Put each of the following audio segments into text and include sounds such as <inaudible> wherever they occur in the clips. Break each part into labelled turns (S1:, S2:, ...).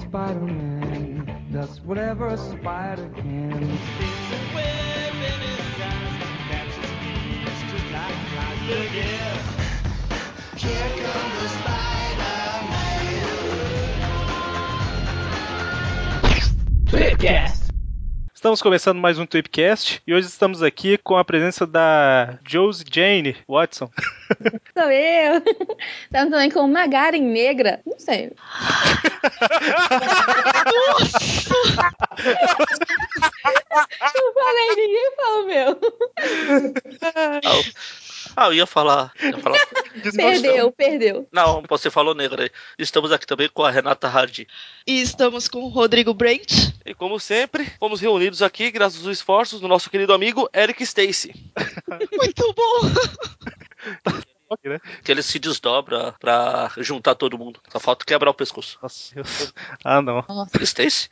S1: Spider Man does whatever a spider can.
S2: Spins a web in his eyes, catches thieves just like flies. Look out! Here comes the Spider-Man.
S3: Estamos começando mais um Tweepcast e hoje estamos aqui com a presença da Josie Jane Watson.
S4: Sou eu. <laughs> Estamos também com Magaren Negra. Não sei. Eu falei, ninguém falou meu.
S5: Ah, eu ia falar. Ia falar.
S4: Perdeu, perdeu.
S5: Não, você falou negra. aí. Estamos aqui também com a Renata Hardy.
S6: E estamos com o Rodrigo Brent.
S7: E como sempre, fomos reunidos aqui graças aos esforços do nosso querido amigo Eric Stacy.
S6: Muito bom!
S7: <laughs>
S3: Ok, né?
S5: Que ele se desdobra pra juntar todo mundo. Só falta quebrar o pescoço.
S3: Nossa, Deus. <laughs> Ah, não.
S4: Nossa.
S5: Stacy?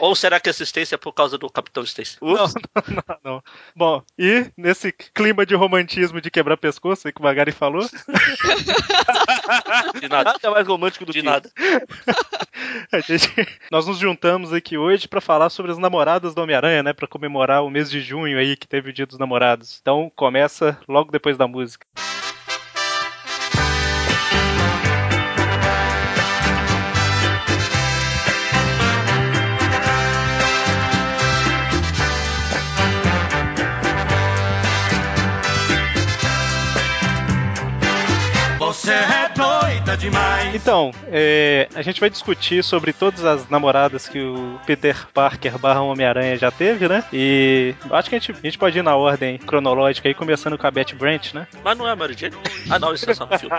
S5: Ou será que esse Stacy é por causa do Capitão Stacy?
S3: Uh, <laughs> Não, não, não, não. Bom, e nesse clima de romantismo de quebrar pescoço aí que o Magari falou,
S5: De nada.
S7: Nada mais romântico do
S5: De
S7: que
S5: nada.
S3: a gente, <laughs> nós nos juntamos aqui hoje pra falar sobre as namoradas do Homem-Aranha, né? Pra comemorar o mês de junho aí que teve o Dia dos Namorados. Então começa logo depois da música.
S2: Você é doida demais.
S3: Então, é, a gente vai discutir sobre todas as namoradas que o Peter Parker barra Homem-Aranha já teve, né? E acho que a gente, a gente pode ir na ordem cronológica aí, começando com a Betty Brant, né?
S5: Mas não é a Mary Jane? Ah, não, isso é só um filme.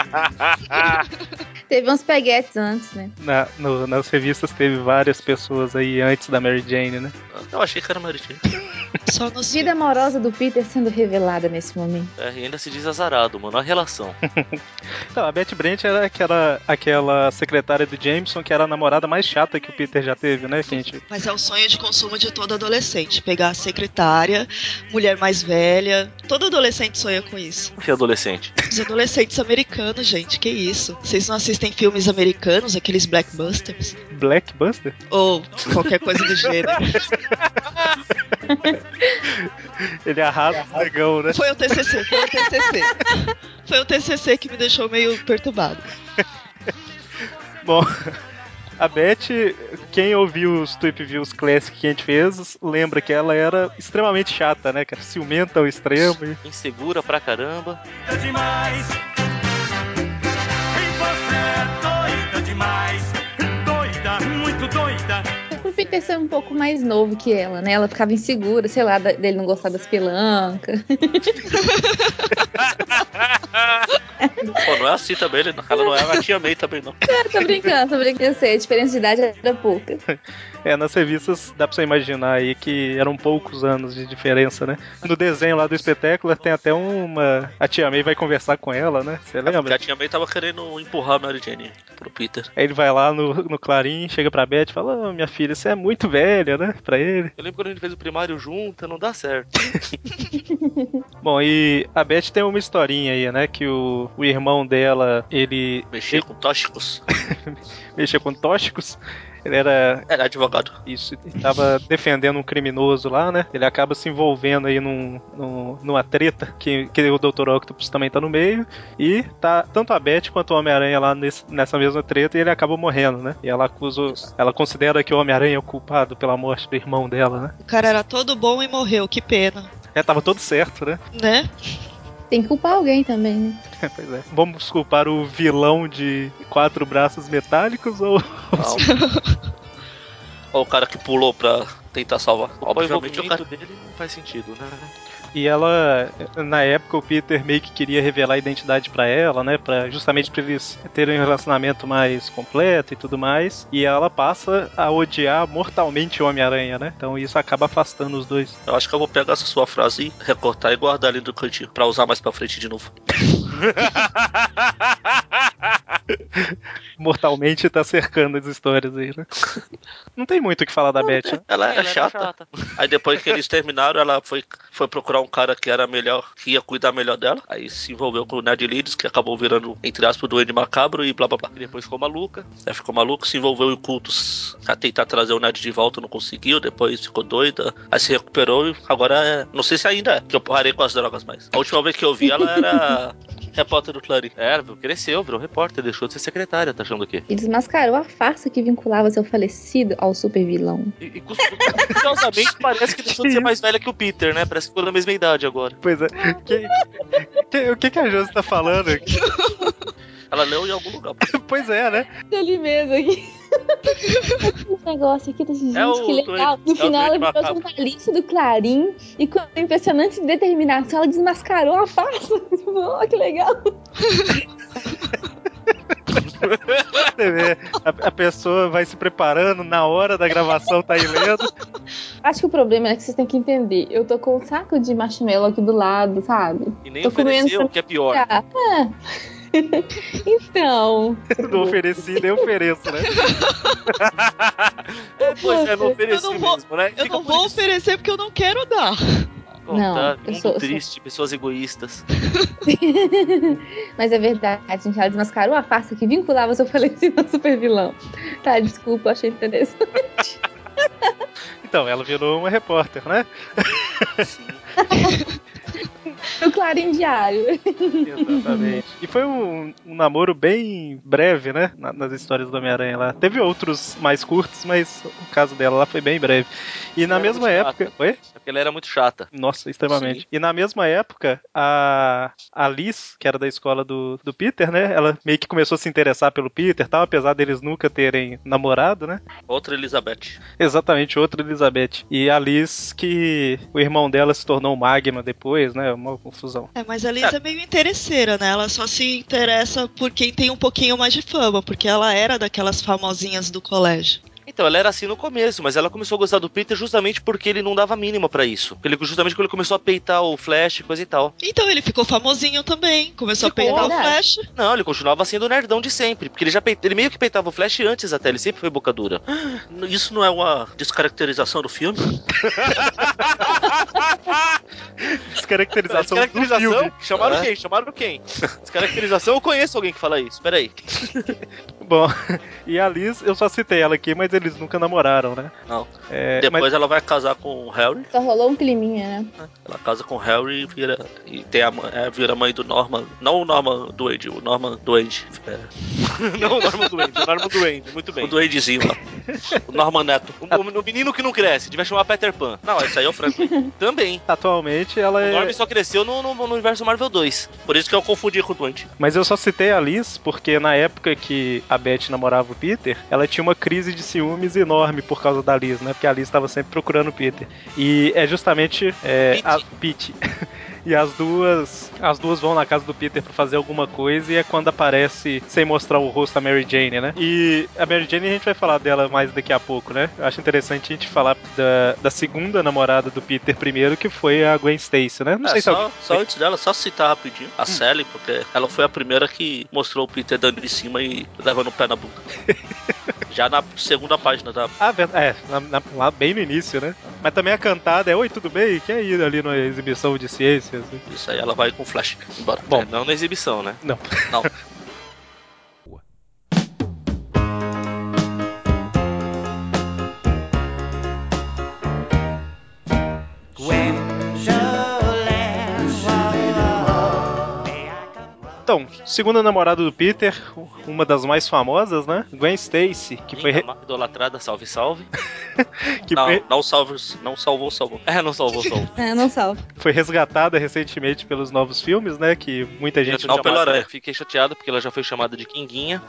S4: Teve uns peguetes antes, né?
S3: Na, no- nas revistas teve várias pessoas aí antes da Mary Jane, né?
S5: Eu achei que era a Mary Jane.
S6: Só nos
S4: Vida amorosa do Peter sendo revelada nesse momento.
S5: É, e ainda se diz azarado, mano. A relação.
S3: Então, a Betty Brant era aquela, aquela secretária do Jameson que era a namorada mais chata que o Peter já teve, né? Que a gente...
S6: Mas é o sonho de consumo de todo adolescente. Pegar a secretária, mulher mais velha. Todo adolescente sonha com isso.
S5: Que adolescente.
S6: Os adolescentes americanos, gente, que isso. Vocês não assistem filmes americanos, aqueles blackbusters?
S3: Blackbuster?
S6: Ou qualquer coisa do gênero.
S3: Ele arrasa o negão, né?
S6: Foi o TCC, foi o TCC. Foi o TCC que me deixou meio perturbado.
S3: Bom, a Beth, quem ouviu os Tweep Views Classic que a gente fez, lembra que ela era extremamente chata, né, cara? Ciumenta ao extremo. e-
S5: Insegura pra caramba.
S2: Doida demais. E você é doida demais. Doida, muito doida.
S4: O Peter ser um pouco mais novo que ela, né? Ela ficava insegura, sei lá, da- dele não gostar das pelancas. <laughs>
S5: Pô, não é assim também, né? Ela não é a tia May também, não.
S4: tô brincando, tô brincando. Eu sei, a diferença de idade era pouca.
S3: É, nas revistas dá pra você imaginar aí que eram poucos anos de diferença, né? No desenho lá do espetáculo tem até uma. A Tia May vai conversar com ela, né? Você
S5: Porque a
S3: lembra?
S5: tia May tava querendo empurrar a Mary Jane pro Peter.
S3: Aí ele vai lá no, no Clarim, chega pra Beth e fala: "Ah, minha filha, você é muito velha, né? Pra ele.
S7: Eu lembro quando a gente fez o primário junto, não dá certo.
S3: Bom, e a Beth tem uma historinha aí, né? Que o, o irmão dela, ele
S5: Mexer com tóxicos.
S3: mexia com tóxicos. Ele era
S7: É,
S5: Era advogado.
S3: isso, ele tava defendendo um criminoso lá, né? Ele acaba se envolvendo aí num, num- numa treta que, que o Dr. Octopus também tá no meio. E tá tanto a Beth quanto o Homem-Aranha lá nesse- nessa mesma treta e ele acaba morrendo, né? E ela acusa. o- Ela considera que o Homem-Aranha é o culpado pela morte do irmão dela, né?
S6: O cara era todo bom e morreu, que pena.
S3: É, tava todo certo, né?
S6: Né?
S4: Tem que culpar alguém também, né?
S3: pois é. Vamos culpar o vilão de quatro braços metálicos ou.
S5: Não. Ou o cara que pulou pra tentar salvar.
S7: O
S5: Obviamente o
S7: envolvimento
S5: cara.
S7: dele não faz sentido, né?
S3: E ela, na época, o Peter meio que queria revelar a identidade pra ela, né? Pra, justamente pra eles terem um relacionamento mais completo e tudo mais. E ela passa a odiar mortalmente o Homem-Aranha, né? Então isso acaba afastando os dois.
S5: Eu acho que eu vou pegar essa sua frase e recortar e guardar ali no cantinho pra usar mais pra frente de novo.
S3: mortalmente tá cercando as histórias aí, <laughs> né? Não tem muito o que falar da Beth. né?
S8: <laughs> Ela
S2: Ela
S8: era
S2: era
S8: chata. Aí depois que eles terminaram, ela foi, foi procurar um cara que era melhor, que ia cuidar melhor dela. Aí se envolveu com o Ned Leeds, que acabou virando, entre aspas, o doente macabro e blá blá blá.
S5: E depois ficou maluca.
S8: Aí ficou maluco, se envolveu em cultos a tentar trazer o Ned de volta, não conseguiu, depois ficou doida, aí se recuperou e agora é. Não sei se ainda é, que eu parei com as drogas, mas. A última vez que eu vi ela
S5: <laughs>
S8: era repórter do Clarim.
S5: Era, viu? É, cresceu, virou repórter, deixou de ser secretária, tá achando o quê?
S4: E desmascarou a farsa que vinculava seu falecido ao supervilão.
S5: E, e cust- curiosamente parece que deixou de ser mais velha que o Peter, né? Parece que ficou na mesma idade agora.
S3: Pois é. Que- que- o que, que a Josi tá falando? <laughs>
S8: Ela leu em algum lugar.
S3: Pois é, né?
S4: Ele mesmo aqui. Esse negócio aqui, tá gente,
S8: É o
S4: que legal.
S8: doente-
S4: No
S8: é
S4: final,
S8: o doente
S4: ela virou
S8: macabro.
S4: jornalista do Clarim e com impressionante determinação, ela desmascarou a farsa. <laughs> Tipo, ó, que legal.
S3: Você vê, a, a pessoa vai se preparando, na hora da gravação tá aí
S5: <laughs>
S3: lendo.
S4: Acho que o problema é que vocês têm que entender. Eu tô com um saco de marshmallow aqui do lado, sabe?
S5: E nem
S4: Tô
S5: ofereceu,
S4: comendo
S5: o que é pior.
S4: Ah, ah. <laughs> então.
S3: Não ofereci, nem ofereço, né?
S5: É, pois é, não
S4: Eu
S5: ofereci
S6: não vou-
S5: mesmo, né?
S6: Eu não vou oferecer porque eu não quero dar.
S4: Não,
S5: tá,
S4: eu
S5: mundo
S4: sou- eu sou-
S5: triste, pessoas egoístas.
S4: <laughs> Mas é verdade, gente. Ela desmascarou a farsa que vinculava seu falecido ao supervilão. Tá, desculpa, achei interessante.
S3: Então, ela virou uma repórter, né?
S4: No Clarim Diário.
S3: Exatamente. E foi um, um namoro bem breve, né? na- nas histórias do Homem-Aranha lá. Teve outros mais curtos, mas o caso dela lá foi bem breve. E na
S5: Era
S3: mesma
S5: muito
S3: época. Oi?
S5: É Porque ela era muito chata.
S3: Nossa, extremamente. E na mesma época, a, a Liz, que era da escola do, do Peter, né? Ela meio que começou a se interessar pelo Peter e tal, apesar deles nunca terem namorado, né?
S8: Outra Elizabeth.
S3: Exatamente, outra Elizabeth. E a Liz, que o irmão dela se tornou o Magma depois, né? Uma confusão.
S6: É, mas a Liz é meio interesseira, né? Ela só se interessa por quem tem um pouquinho mais de fama, porque ela era daquelas famosinhas do colégio.
S5: Então, ela era assim no começo, mas ela começou a gostar do Peter justamente porque ele não dava mínima pra isso. Porque Ele, justamente quando ele começou a peitar o Flash e coisa e tal.
S6: Então ele ficou famosinho também, começou
S4: Ficou,
S6: a peitar o
S4: verdade.
S6: Flash.
S5: Não, ele continuava sendo o nerdão de sempre. Porque ele já peita- ele meio que peitava o Flash antes até, ele sempre foi boca dura.
S8: Isso não é uma descaracterização do filme?
S3: Descaracterização, do filme.
S5: Chamaram
S8: É.
S5: quem? Chamaram quem? Descaracterização, eu conheço alguém que fala isso. Peraí.
S3: Bom, <laughs> e a Liz, eu só citei ela aqui, mas eles nunca namoraram, né?
S8: Não.
S3: É,
S8: Depois
S3: mas-
S8: ela vai casar com o Harry.
S4: Só rolou um climinha, né?
S8: Ela casa com o Harry e vira, e tem a, mãe- é, vira mãe do Norman. Não o Norman Duende, o Norman Duende. É,
S5: <laughs> Não, o Norman Duende, o Norman Duende, muito bem.
S8: o Duendezinho lá. o Norman Neto.
S5: O, o- o menino que não cresce, devia chamar Peter Pan.
S8: Não, esse aí é o Franklin.
S5: <laughs> Também.
S3: Atualmente ela
S5: O
S3: é.
S5: Norman só cresceu no, no- no universo Marvel 2.
S8: Por isso que eu confundi com o Duende.
S3: Mas eu só citei a Liz porque na época que a Beth namorava o Peter, ela tinha uma crise de ciúmes enorme por causa da Liz, né? Porque a Liz estava sempre procurando o Peter. E é justamente é, a Pete. <laughs> E as duas, as duas vão na casa do Peter pra fazer alguma coisa e é quando aparece sem mostrar o rosto a Mary Jane, né? E a Mary Jane a gente vai falar dela mais daqui a pouco, né? Eu acho interessante a gente falar da, da segunda namorada do Peter primeiro, que foi a Gwen Stacy, né? Não
S8: É,
S3: sei se Hum. alguém
S8: só, só antes dela, só citar rapidinho a Sally, porque ela foi a primeira que mostrou o Peter dando de cima e levando o pé
S3: <laughs>
S8: na boca. Já na segunda página da.
S3: Ah, ver- é, na- na- lá bem no início, né? Mas também a cantada é Oi, tudo bem? Que é ir ali na exibição de ciências. né?
S8: Isso aí ela vai com o Flash embora.
S3: Bom.
S5: É, não na exibição, né?
S3: Não.
S8: Não.
S3: Então, segunda namorada do Peter, uma das mais famosas, né? Gwen Stacy, que foi, re-
S5: idolatrada, salve, salve.
S3: que
S8: não,
S3: foi,
S8: não salvou, não salvou, salvou.
S5: É, não salvou,
S3: <laughs>
S5: salvou.
S4: Ah, não salvo.
S3: foi resgatada recentemente pelos novos filmes, né? Que muita gente
S8: Não, pela aranha.
S5: Fiquei chateado porque ela já foi chamada de Quinguinha.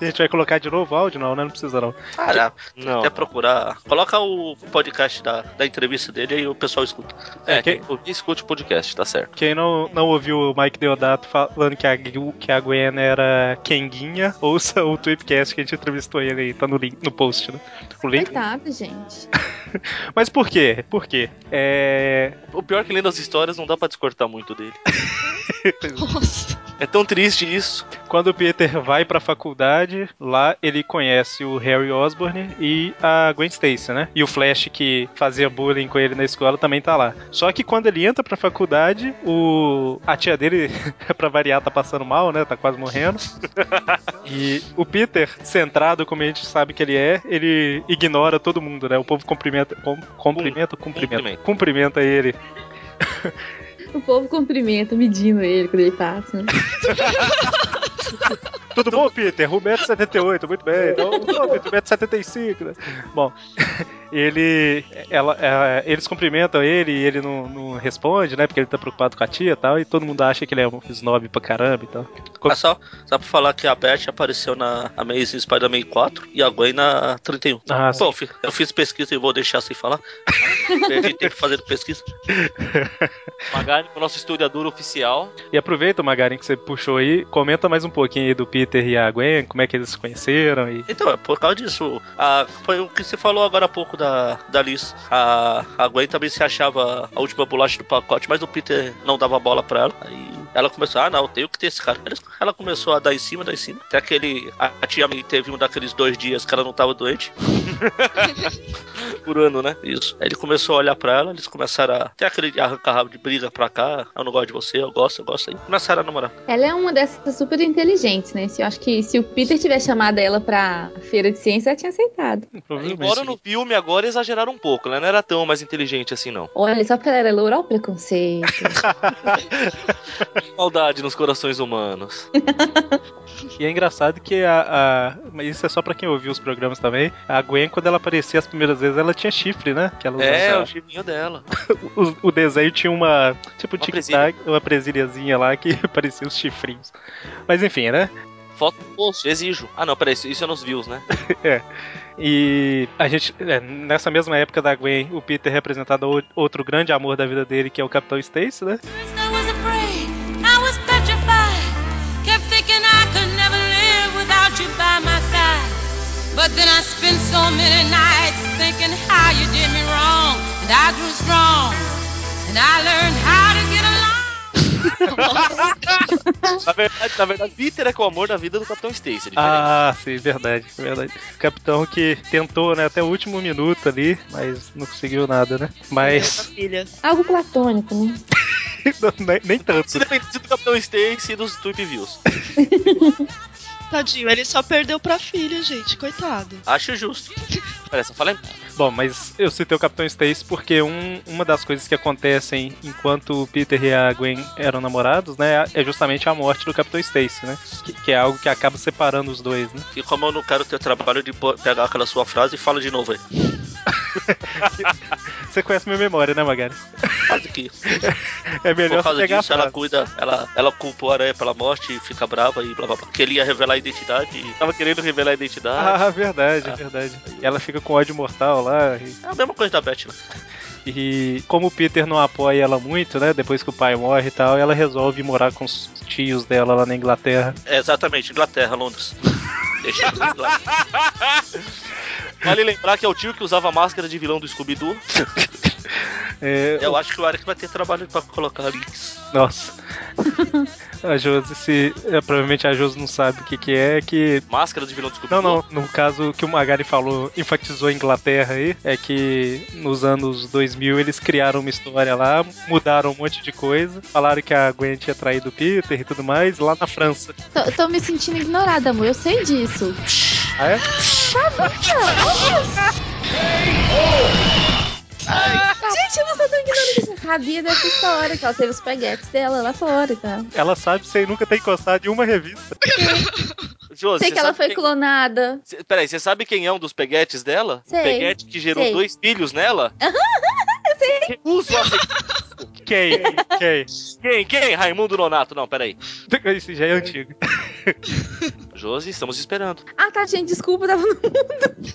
S3: A gente vai colocar de novo o áudio, não, né? Não precisa, não.
S8: Caraca,
S5: Não.
S8: quer procurar? Coloca o podcast da, da entrevista dele e o pessoal escuta.
S5: É,
S3: É, quem-
S5: quem ouvir, escute o podcast, tá certo.
S3: Quem não, não ouviu o Mike Deodato falando que a, Gu- que a Gwen era Kenguinha, ouça o Tweepcast que a gente entrevistou ele aí, tá no, link, no post, né? O link.
S4: Coitado, gente.
S3: Mas por quê? Por quê? É.
S5: O pior é que lendo as histórias não dá pra descortar muito dele.
S6: Nossa.
S5: É tão triste isso.
S3: Quando o Peter vai pra faculdade, lá ele conhece o Harry Osborn e a Gwen Stacy, né? E o Flash que fazia bullying com ele na escola também tá lá. Só que quando ele entra pra faculdade, o a tia dele, <laughs> pra variar, tá passando mal, né? Tá quase morrendo. e o Peter, centrado como a gente sabe que ele é, ele ignora todo mundo, né? O povo cumprimenta, com- cumprimenta, cumprimenta,
S5: Cumprimenta.
S3: cumprimenta ele.
S4: O povo cumprimenta, medindo ele quando ele passa. né?
S3: Tudo bom, Peter? 1,78m, muito bem. Então, ô, Peter, 1,75m. Né? Bom, <laughs> ele. Ela, é, eles cumprimentam ele e ele não, não responde, né? Porque ele tá preocupado com a tia e tal. E todo mundo acha que ele é um snob pra caramba e tal.
S8: Ah, só, só pra falar que a Beth apareceu na Amazing Spider-Man 4 e a Gwen na 31.
S3: Ah,
S8: Pô, eu fi- eu fiz pesquisa e vou deixar sem falar. Perdi tempo fazendo pesquisa.
S2: Magari, o nosso historiador oficial.
S3: E aproveita, Magarin, que você puxou aí. Comenta mais um pouquinho aí do Peter e a Gwen, como é que eles se conheceram e.
S8: Então, é por causa disso. a- foi o que você falou agora há pouco da, da Liz. A, a Gwen também se achava a última bolacha do pacote, mas o Peter não dava bola pra ela. Aí ela começou, ah não, eu tenho que ter esse cara. Ela- Ela começou a dar em cima, dar em cima. Até que ele. A, a tia May teve um daqueles dois dias que ela não tava doente.
S5: Por ano, né?
S8: Isso. Aí ele começou a olhar pra ela, eles começaram a. Tem aquele arranca-rabo de briga pra cá. Eu não gosto de você, eu gosto, eu gosto. Aí começaram a namorar.
S4: Ela é uma dessas super inteligentes, né? Se- Eu acho que se o Peter tivesse chamado ela pra feira de ciência, ela tinha aceitado.
S5: Embora no filme agora exageraram um pouco, né? Não era tão mais inteligente assim, não.
S4: Olha, só porque ela era loura, olha o preconceito.
S5: Maldade nos corações humanos.
S3: E é engraçado que a, a- Mas isso é só pra quem ouviu os programas também. A Gwen, quando ela aparecia as primeiras vezes, ela tinha chifre, né? Que ela
S5: É,
S3: usava-
S5: o chifrinho dela.
S3: o, o desenho tinha uma. Tipo, um
S5: Uma
S3: tic-tac, uma presilhazinha lá que <laughs> parecia os chifrinhos. Mas enfim, né?
S5: Foto no bolso, exijo. Ah, não, peraí, isso, isso é nos views, né?
S3: E a gente, é, nessa mesma época da Gwen, o Peter representado o- outro grande amor da vida dele, que é o Capitão Stacy, né?
S9: First I was afraid, I was petrified. Kept thinking I could never live without you by my side. But then I spent so many nights thinking how you did me wrong. And I grew strong, and I learned how to get along.
S5: Na verdade, na verdade, Peter é com o amor da vida do Capitão Stacy. é diferente.
S3: Ah, sim, verdade, verdade. Capitão que tentou, né, até o último minuto ali, mas não conseguiu nada, né? Mas
S6: Filha.
S4: Algo platônico, né?
S3: nem, <laughs> nem tanto.
S5: Se dependesse do Capitão Stacy e dos Tweep Views.
S6: Tadinho, ele só perdeu pra filha, gente, coitado.
S8: Acho justo.
S5: Parece, eu falei.
S3: Bom, mas eu citei o Capitão Stacy porque um- uma das coisas que acontecem enquanto o Peter e a Gwen eram namorados, né, é justamente a morte do Capitão Stacy, né? Que, que é algo que acaba separando os dois, né?
S8: E como eu não quero ter trabalho de bo- pegar aquela sua frase, fala de novo aí.
S3: Você conhece minha memória, né, Magari?
S5: <laughs>
S8: Quase que.
S3: É melhor você
S8: Por causa
S3: pegar
S8: disso,
S3: a
S8: ela
S3: frase.
S8: cuida, ela, ela culpa o Aranha pela morte e fica brava e blá blá blá. Que ele ia revelar a identidade e
S5: Tava querendo revelar a identidade.
S3: Ah, verdade, verdade. E ela fica com ódio mortal lá. e-
S8: é a mesma coisa da Beth, né?
S3: E como o Peter não apoia ela muito, né? Depois que o pai morre e tal, ela resolve morar com os tios dela lá na Inglaterra.
S8: É exatamente,
S5: <laughs>
S8: Inglaterra, Londres. Deixa eu ver lá.
S5: Vale lembrar que é o tio que usava a máscara de vilão do Scooby-Doo.
S3: <laughs> É,
S8: Eu acho que o Eric vai ter trabalho pra colocar links.
S3: Nossa. A Josi se. é, provavelmente a Josi não sabe o que, que é, que.
S5: Máscara de vilão do
S3: Não,
S5: Scooby-Doo.
S3: não. No caso que o Magari falou, enfatizou a Inglaterra aí, é que nos anos 2000 eles criaram uma história lá, mudaram um monte de coisa, falaram que a Gwen tinha traído o Peter e tudo mais, lá na França.
S10: Tô, tô me sentindo ignorada, amor. Eu sei disso.
S3: Ah, é?
S4: Gente, eu não sou tão ignorante assim. Sabia dessa história que ela teve os peguetes dela lá fora tá? e tal.
S3: Ela sabe sem nunca ter encostado em uma revista.
S5: Josi,
S4: Sei
S5: você
S4: que ela
S5: sabe
S4: foi
S5: quem-
S4: clonada.
S5: Cê- Peraí, você sabe quem é um dos peguetes dela?
S4: Sei.
S5: O peguete que gerou
S4: Sei.
S5: dois filhos
S4: <laughs>
S5: nela? Sei. Uso a...
S3: Quem? Quem? <laughs>
S5: Quem? Quem? Raimundo Nonato. Não, peraí.
S3: Isso já é antigo.
S5: Josi, estamos esperando.
S4: Ah, tá, gente, desculpa, tava no mundo.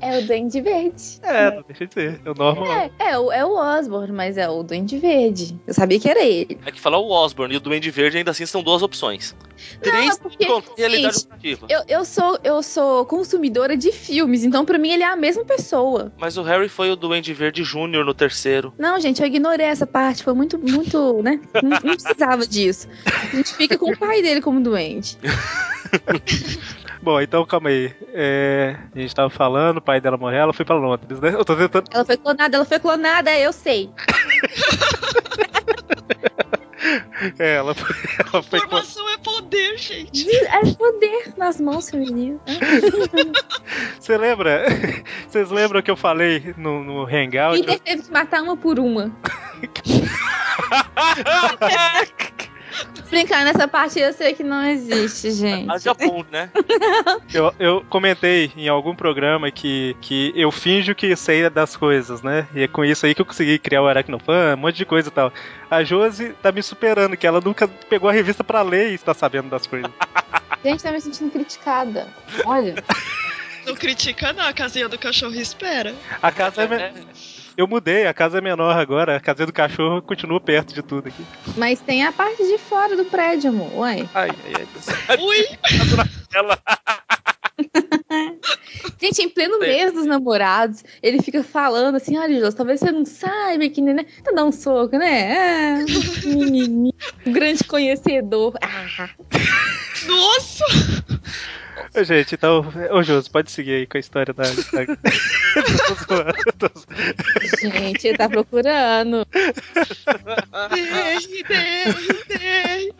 S4: É o Duende Verde.
S3: É, não deixa de ser. É o normal.
S4: É, é, o- é o Osborne, mas é o Duende Verde. Eu sabia que era ele.
S5: É que falar o Osborne e o Duende Verde ainda assim são duas opções. Três
S4: porque,
S5: com realidade
S4: gente,
S5: alternativa.
S4: Eu, eu sou, eu sou consumidora de filmes, então pra mim ele é a mesma pessoa.
S5: Mas o Harry foi o Duende Verde Júnior no terceiro.
S4: Não, gente, eu ignorei essa parte. Foi muito, muito, né? Não, não precisava disso. A gente fica com o pai dele como doente.
S3: Bom, então calma aí. É, a gente tava falando, o pai dela morreu, ela foi pra Londres, né? Eu tô tentando.
S4: Ela foi clonada, ela foi clonada, eu sei.
S3: É, ela foi. <laughs> Ela foi
S6: Informação é poder, gente.
S4: É poder nas mãos feminino.
S3: Você lembra? <laughs> Vocês lembram que eu falei no, no Hangout?
S4: Peter teve que matar uma por uma. Brincar nessa parte eu sei que não existe, gente.
S5: Haja bom, né?
S3: Eu, eu comentei em algum programa que, que eu finjo que sei das coisas, né? E é com isso aí que eu consegui criar o Aracnofan, um monte de coisa e tal. A Josi tá me superando, que ela nunca pegou a revista pra ler e está sabendo das coisas.
S4: Gente, tá me sentindo criticada. Olha.
S6: Não critica, não. A casinha do cachorro espera.
S3: A casa é. me- Eu mudei, a casa é menor agora, a casa do cachorro continua perto de tudo aqui.
S4: Mas tem a parte de fora do prédio, amor. Ué.
S3: Ai, ai, ai.
S6: Ui!
S4: Gente, em pleno mês dos namorados, ele fica falando assim, olha, Jô, talvez você não saiba que nem... né? Tá dando um soco, né? Ah, menininho, grande conhecedor. Ah.
S6: Nossa!
S3: Ô, Gente, então. Ô, Josi, pode seguir aí com a história da. da- <laughs> Tô zoando, tô zoando.
S4: Gente, ele tá procurando.
S6: Dei, dei, dei.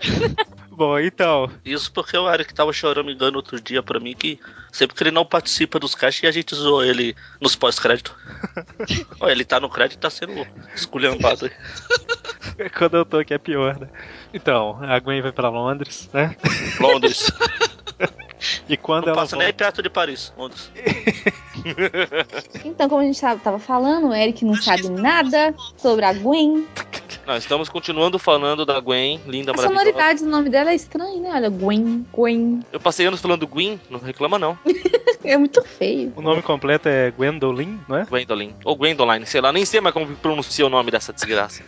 S3: Bom, então.
S8: <laughs> Isso porque o Eric tava chorando engano outro dia pra mim que sempre que ele não participa dos caixas e a gente zoou ele nos pós-crédito. Olha, ele tá no crédito e tá sendo esculhambado.
S3: Quando eu tô aqui é pior, né? Então, a Gwen vai pra Londres, né?
S8: Londres.
S3: E quando
S8: Não
S3: ela
S8: passa nem perto de Paris. Londres.
S4: Então, como a gente tava, tava falando, o Eric não sabe nada sobre a Gwen.
S5: Não, estamos continuando falando da Gwen, linda,
S4: A
S5: maravilhosa.
S4: sonoridade do nome dela é estranha, né? Olha, Gwen, Gwen.
S5: Eu passei anos falando Gwen, não reclama não.
S4: É muito feio.
S3: O nome completo é Gwendolyn, não é? <laughs>
S5: Gwendolyn. Ou Gwendoline, sei lá, nem sei mais como pronuncia o nome dessa desgraça.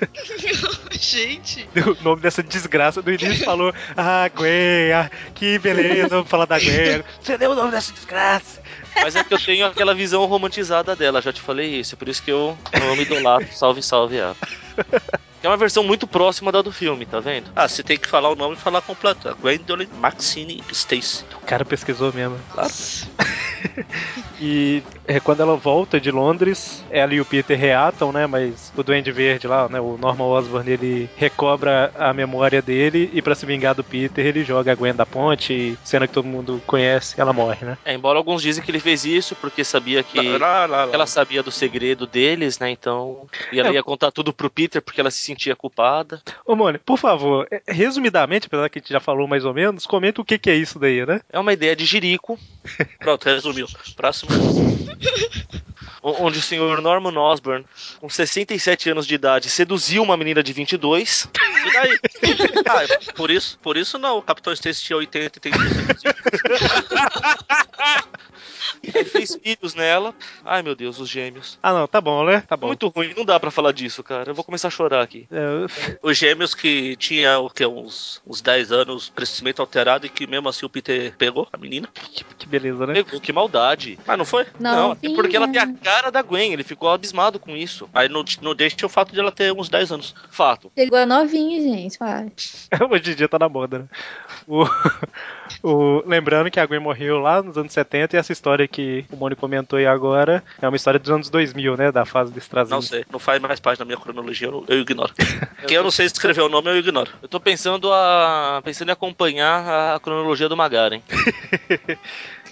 S6: Gente,
S3: O nome dessa desgraça do início falou: Ah, Gwen, ah, que beleza, vamos falar da Gwen. Você deu o nome dessa desgraça.
S5: Mas é que eu tenho aquela visão romantizada dela, já te falei isso, é por isso que eu amo e idolatro, salve, salve ela. É uma versão muito próxima da do filme, tá vendo?
S8: Ah, você tem que falar o nome e falar completo. Gwendolyn Maxine Stacy.
S3: O cara pesquisou mesmo. E é, quando ela volta de Londres, ela e o Peter reatam, né? Mas o Duende Verde lá, né? O Norman Osborn, ele recobra a memória dele e pra se vingar do Peter, ele joga a Gwen da ponte, e, cena que todo mundo conhece, ela morre, né?
S5: É, embora alguns dizem que ele fez isso porque sabia que
S8: Lá, lá, lá.
S5: ela sabia do segredo deles, né? Então, e ela
S3: É.
S5: ia contar tudo pro Peter porque ela se sentia culpada.
S3: Ô, Mônica, por favor, é, resumidamente, apesar que a gente já falou mais ou menos, comenta o que, que é isso daí, né?
S5: É uma ideia de
S8: <laughs>
S5: jirico,
S8: Pronto, resumiu. Próximo.
S5: o- onde o senhor Norman Osborn, com 67 anos de idade, seduziu uma menina de 22.
S8: E daí? <laughs> Ah, por isso, por isso não. O Capitão Stacy tinha 80 e
S5: <laughs>
S8: tem 35.
S5: Aí fez filhos nela. Ai, meu Deus, os gêmeos.
S3: Ah, não, tá bom, né? Tá bom.
S5: Muito ruim, não dá pra falar disso, cara. Eu vou começar a chorar aqui.
S3: É, <laughs>
S8: Os gêmeos que tinha o que, uns, uns 10 anos, crescimento alterado e que mesmo assim o Peter pegou a menina.
S3: que, que beleza, né? <laughs>
S5: Meu, Que maldade.
S8: Ah, não foi?
S5: Não,
S4: Não,
S5: é porque ela tem a cara da Gwen, ele ficou abismado com isso.
S8: Aí não, não deixa o fato de ela ter uns 10 anos.
S5: Fato.
S4: Chegou a novinha, gente. vai.
S3: Hoje em dia tá na moda, né? O- <laughs> o- lembrando que a Gwen morreu lá nos anos 70 e essa história que o Mônio comentou aí agora é uma história dos anos 2000, né? Da fase de Strazinho.
S8: Não sei, não faz mais parte da minha cronologia, eu, eu ignoro.
S5: <laughs>
S8: Quem eu não sei escrever o nome, eu ignoro.
S5: Eu tô pensando a. pensando em acompanhar a cronologia do Magaren.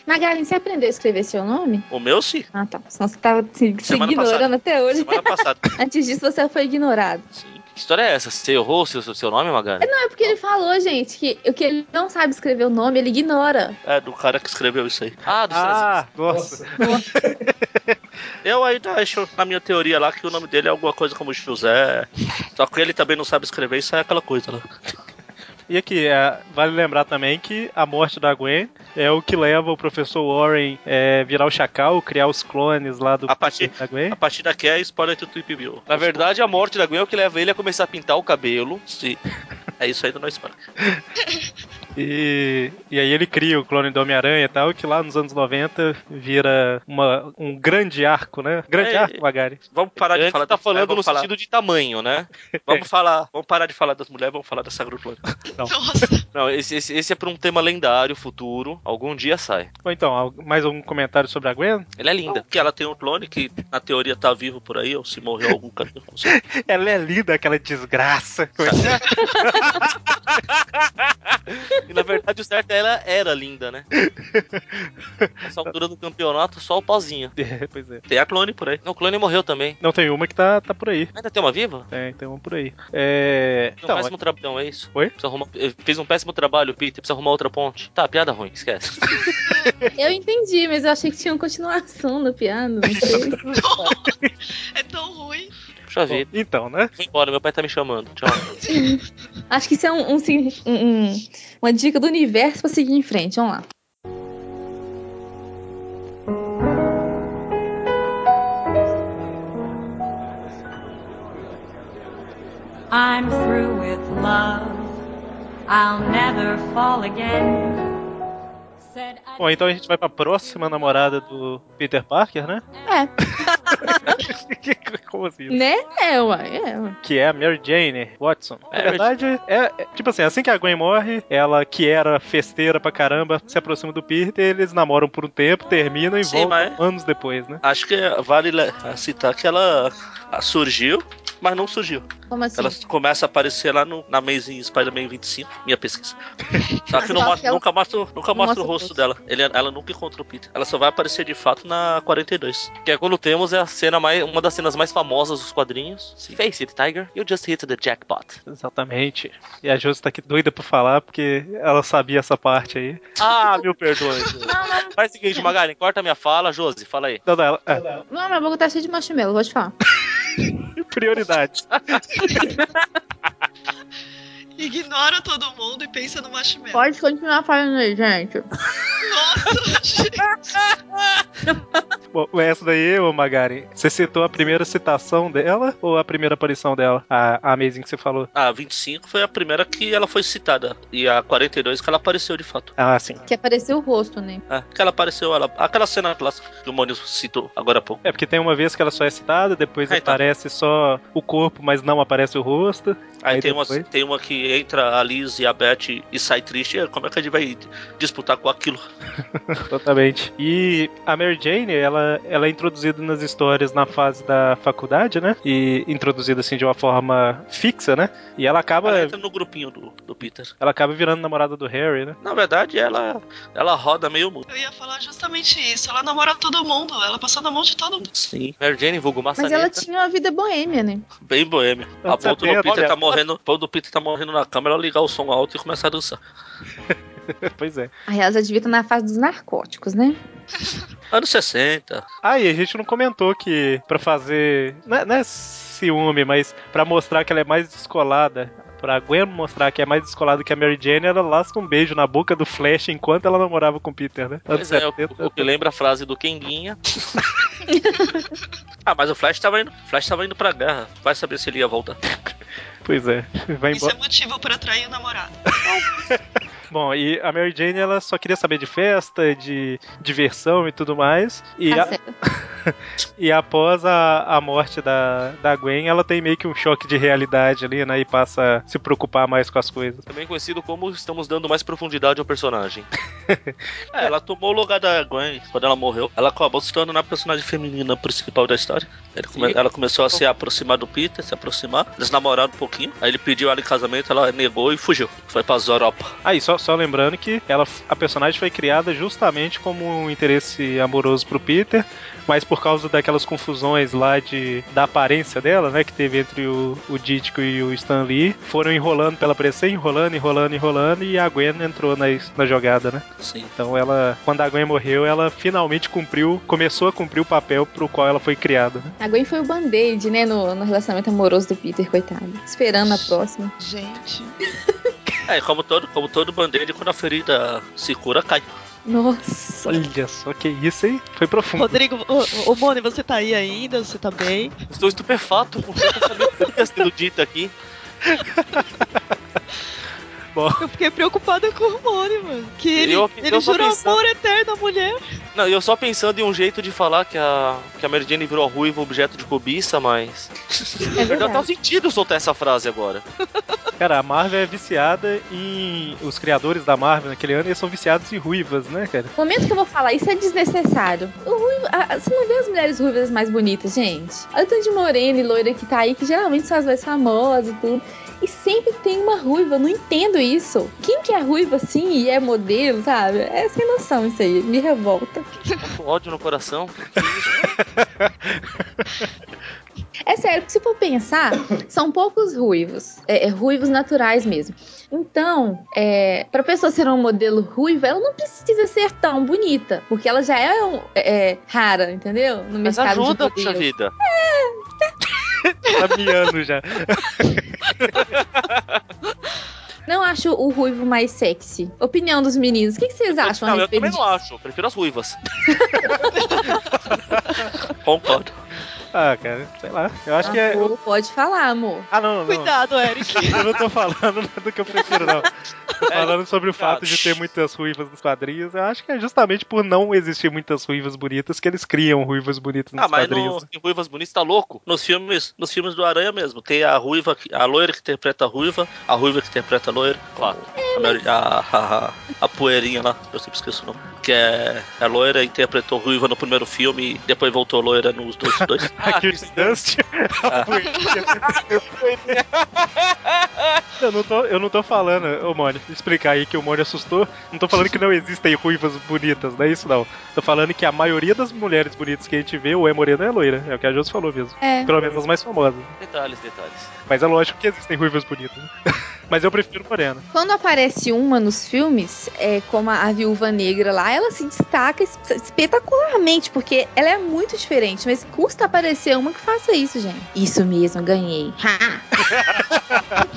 S4: Magalhães, você aprendeu a escrever seu nome?
S8: O meu, sim.
S4: Ah, tá. Senão você tava se, se
S8: Semana
S4: ignorando
S8: passada.
S4: até hoje.
S5: <laughs>
S8: Semana passada.
S4: Antes disso, você foi ignorado.
S8: Sim.
S5: Que história é essa? Você errou o seu, seu nome, Magaren?
S4: Não, é porque ele falou, gente, que o que ele não sabe escrever o nome, ele ignora.
S8: É do cara que escreveu isso aí.
S5: Ah, do Strazinho.
S3: Ah, nossa.
S8: Eu ainda acho, na minha teoria lá, que o nome dele é alguma coisa como José. Só que ele também não sabe escrever, isso é aquela coisa, né?
S3: E aqui, é, vale lembrar também que a morte da Gwen é o que leva o professor Warren é, virar o Chacal, criar os clones lá do
S8: a partir, da Gwen. A partir daqui é a spoiler do Tweep Bill.
S5: Na verdade, a morte da Gwen é o que leva ele a começar a pintar o cabelo.
S8: Sim. É isso aí do nosso spoiler.
S3: E, e aí ele cria o clone do Homem-Aranha e tal, que lá nos anos 90 vira uma, um grande arco, né? Grande é, arco, Magari.
S8: Vamos parar de falar
S5: tá das falando no falar... sentido de tamanho, <laughs> né?
S8: vamos falar, vamos parar de falar das mulheres, vamos falar dessa grupo.
S5: Não. Não, esse, esse, esse, é pra um tema lendário, futuro. Algum dia sai.
S3: Ou então, mais algum comentário sobre a Gwen?
S8: Ela é linda. Porque ela tem um clone que, na teoria, tá vivo por aí, ou se morreu
S5: <laughs>
S8: algum cara.
S3: <laughs> ela é linda, aquela <laughs> desgraça.
S5: E na verdade o certo é ela era linda, né? Nessa altura do campeonato, só o pozinho.
S3: É, pois é.
S8: Tem a clone por aí.
S5: Não, o clone morreu também.
S3: Não, tem uma que tá, tá por aí.
S5: Ainda tem uma viva?
S3: Tem, tem uma por aí. É.
S5: Então, um péssimo é... trabalho, é isso?
S3: Oi?
S5: Arrumar... Fez um péssimo trabalho, Peter. Precisa arrumar outra ponte. Tá, piada ruim, esquece. <laughs>
S4: eu entendi, mas eu achei que tinha uma continuação da piada. Não sei.
S8: <laughs>
S6: é tão ruim.
S5: Puxa vida.
S3: Então, né?
S5: Vou embora, meu pai tá me chamando. Tchau.
S4: Acho que isso é um, um, um, uma dica do universo pra seguir em frente. Vamos lá. I'm through with love. I'll never fall again.
S3: Bom, então a gente vai pra próxima namorada do Peter Parker, né?
S4: É.
S3: <laughs> Como assim?
S4: Né? É, uai, é, uai.
S3: Que é a Mary Jane Watson. Na é, verdade, é, é, tipo assim, assim que a Gwen morre, ela que era festeira pra caramba, se aproxima do Peter, eles namoram por um tempo, terminam e Sim, voltam mas... anos depois, né?
S8: Acho que vale citar que ela surgiu, mas não surgiu.
S4: Como assim?
S8: Ela começa a aparecer lá no, na Amazing Spider-Man 25, minha pesquisa. só que é não mostra, nunca mostra, nunca mostra o rosto posto. dela. Ele, ela nunca encontrou o Peter. Ela só vai aparecer de fato na 42.
S5: Que é quando temos é a cena mais, uma das cenas mais famosas dos quadrinhos. Sim. Face it, Tiger. You just hit the jackpot.
S3: Exatamente. E a Josi tá aqui doida por falar, porque ela sabia essa parte aí.
S5: Ah, meu perdoe. Faz o seguinte, Magali, corta minha fala, Josi, fala aí.
S3: Não, não, ela,
S4: é. não, minha boca tá cheia de marshmallow, vou te
S8: <laughs>
S4: falar.
S3: Prioridade.
S6: Ignora todo mundo e pensa no marshmallow.
S4: Pode continuar falando aí, gente.
S6: Nossa, <laughs> gente.
S3: Bom, essa daí, ô Magari, você citou a primeira citação dela ou a primeira aparição dela? A, a Amazing que você falou.
S8: A 25 foi a primeira que ela foi citada. E a 42 que ela apareceu de fato.
S3: Ah, sim.
S4: Que apareceu o rosto, né?
S5: Ah.
S8: É, que ela apareceu, ela, aquela cena clássica que o Moniz citou agora há pouco.
S3: É, porque tem uma vez que ela só é citada, depois
S8: Ah,
S3: é,
S8: então.
S3: aparece tá. só o corpo, mas não aparece o rosto. <laughs>
S8: Aí, aí tem, depois... uma, tem uma que entra a Liz e a Beth e sai triste, como é que a gente vai disputar com aquilo?
S3: Totalmente. E a Mary Jane, ela, ela é introduzida nas histórias na fase da faculdade, né? E introduzida assim de uma forma fixa, né? E ela acaba.
S8: Ela entra no grupinho do, do Peter.
S3: Ela acaba virando namorada do Harry, né?
S8: Na verdade, ela, ela roda meio mundo.
S6: Eu ia falar justamente isso. Ela namora todo mundo, ela passou na mão de todo mundo.
S8: Sim.
S5: Mary Jane, vulgo maçaneta.
S4: Mas ela tinha uma vida boêmia, né?
S8: É Bem boêmia. A ponto do Peter tá morrendo. A do Peter tá morrendo na câmera, ligar o som alto e começar a dançar.
S3: <laughs> pois é.
S4: A ela já devia estar na fase dos narcóticos, né?
S8: Anos 60.
S3: Ah, e a gente não comentou que pra fazer. Não é, não é ciúme, mas pra mostrar que ela é mais descolada, pra Gwen mostrar que é mais descolada que a Mary Jane, ela lasca um beijo na boca do Flash enquanto ela namorava com o Peter, né?
S5: Pois Antes é, 70, o, o que lembra a frase do Kenguinha.
S8: ah, mas o Flash tava indo, Flash tava indo pra guerra. Vai saber se ele ia voltar.
S3: Pois é, <laughs> vai embora.
S6: Isso é motivo pra atrair o namorado.
S5: é-
S3: Bom, e a Mary Jane, ela só queria saber de festa, de diversão e tudo mais. E,
S4: tá
S3: a... e após a, a morte da, da Gwen, ela tem meio que um choque de realidade ali, né? E passa a se preocupar mais com as coisas.
S5: Também conhecido como estamos dando mais profundidade ao personagem.
S8: <laughs> é, ela tomou o lugar da Gwen quando ela morreu. Ela acabou se tornando a personagem feminina principal da história. Come... Ela começou a se aproximar do Peter, se aproximar. Eles namoraram um pouquinho. Aí ele pediu ela em casamento, ela negou e fugiu. Foi pra Europa.
S3: Aí, só, só lembrando que ela, a personagem foi criada justamente como um interesse amoroso pro Peter, mas por causa daquelas confusões lá de da aparência dela, né, que teve entre o, o Ditko e o Stan Lee, foram enrolando pela pressão, enrolando, enrolando, enrolando, e a Gwen entrou na, na jogada, né?
S8: Sim.
S3: Então ela, quando a Gwen morreu, ela finalmente cumpriu, começou a cumprir o papel pro qual ela foi criada. Né?
S4: A Gwen foi o band-aid, né, no, no relacionamento amoroso do Peter, coitado. Esperando a próxima.
S6: Gente.
S8: É, como todo, como todo band-aid, quando a ferida se cura, cai.
S4: Nossa.
S3: Olha só que isso, hein? Foi profundo.
S6: Rodrigo, ô, ô Moni, você tá aí ainda? Você tá bem?
S5: Estou estupefato com o que está sendo dito aqui.
S3: Bom.
S6: Eu fiquei preocupada com o Moni, mano. Que ele,
S5: Eu- eu
S6: ele
S5: só
S6: jurou
S5: pensando-
S6: amor eterno à mulher.
S5: Não, e eu só pensando em um jeito de falar que a, que a Mary Jane virou ruiva objeto de cobiça, mas.
S4: É
S5: Perdeu
S4: verdade.
S5: até o sentido soltar essa frase agora.
S3: Cara, a Marvel é viciada em. Os criadores da Marvel naquele ano eles são viciados em ruivas, né, cara?
S4: No momento que eu vou falar, isso é desnecessário. O ruivo, a- a- você não vê as mulheres ruivas mais bonitas, gente? Olha o tanto de morena e loira que tá aí, que geralmente são as mais famosas e tudo. E sempre tem uma ruiva, eu não entendo isso. Quem que é ruiva assim e é modelo, sabe? É sem noção isso aí, me revolta.
S5: Com ódio no coração.
S4: É sério, porque se for pensar, são poucos ruivos. É, é, ruivos naturais mesmo. Então, é, pra pessoa ser um modelo ruiva, ela não precisa ser tão bonita. Porque ela já é, um- é, rara, entendeu? No
S5: Mas
S4: mercado
S5: ajuda,
S4: de
S5: puxa
S4: modelos.
S5: vida.
S3: Tá miando já.
S4: Não acho o ruivo mais sexy. Opinião dos meninos, o que, que vocês acham
S5: não,
S4: a
S5: eu
S4: respeito
S5: também
S4: disso?
S5: não acho. Prefiro as ruivas. <laughs> Concordo.
S3: Ah, cara, sei lá. Eu acho que é.
S4: Amor, Pode falar, amor.
S3: Ah, não, não.
S6: Cuidado, Eric.
S5: <laughs>
S3: Eu não tô falando <laughs> do que eu prefiro, não. Tô
S5: É,
S3: falando sobre o
S5: cuidado.
S3: fato de ter muitas ruivas nos quadrinhos. Eu acho que é justamente por não existir muitas ruivas bonitas que eles criam ruivas bonitas nos
S5: Ah, mas no,
S3: quadrinhos.
S5: em Ruivas Bonitas tá louco. Nos filmes, nos filmes do Aranha mesmo. Tem a ruiva, que- a loira que interpreta a ruiva, a ruiva que interpreta a loira. Claro. A, Mary- a, a, a- a poeirinha lá, eu sempre esqueço o nome. Que é a loira interpretou ruiva no primeiro filme e depois voltou loira nos dois. dois.
S3: A <laughs> Kirsten Dunst.
S5: Ah.
S3: eu, não tô, eu não tô falando, ô Mônio, explicar aí que o Mônio assustou. Não tô falando que não existem ruivas bonitas, não é isso não. Tô falando que a maioria das mulheres bonitas que a gente vê, ou é morena ou é loira. É o que a Josi falou mesmo.
S4: É.
S3: Pelo menos as mais famosas.
S5: <laughs> detalhes, detalhes.
S3: Mas é lógico que existem ruivas bonitas. né? <laughs> Mas eu prefiro morena.
S4: Quando aparece uma nos filmes, é, como a, a viúva negra lá, ela se destaca es- espetacularmente, porque ela é muito diferente, mas custa aparecer uma que faça isso, gente. Isso mesmo, ganhei. Ha!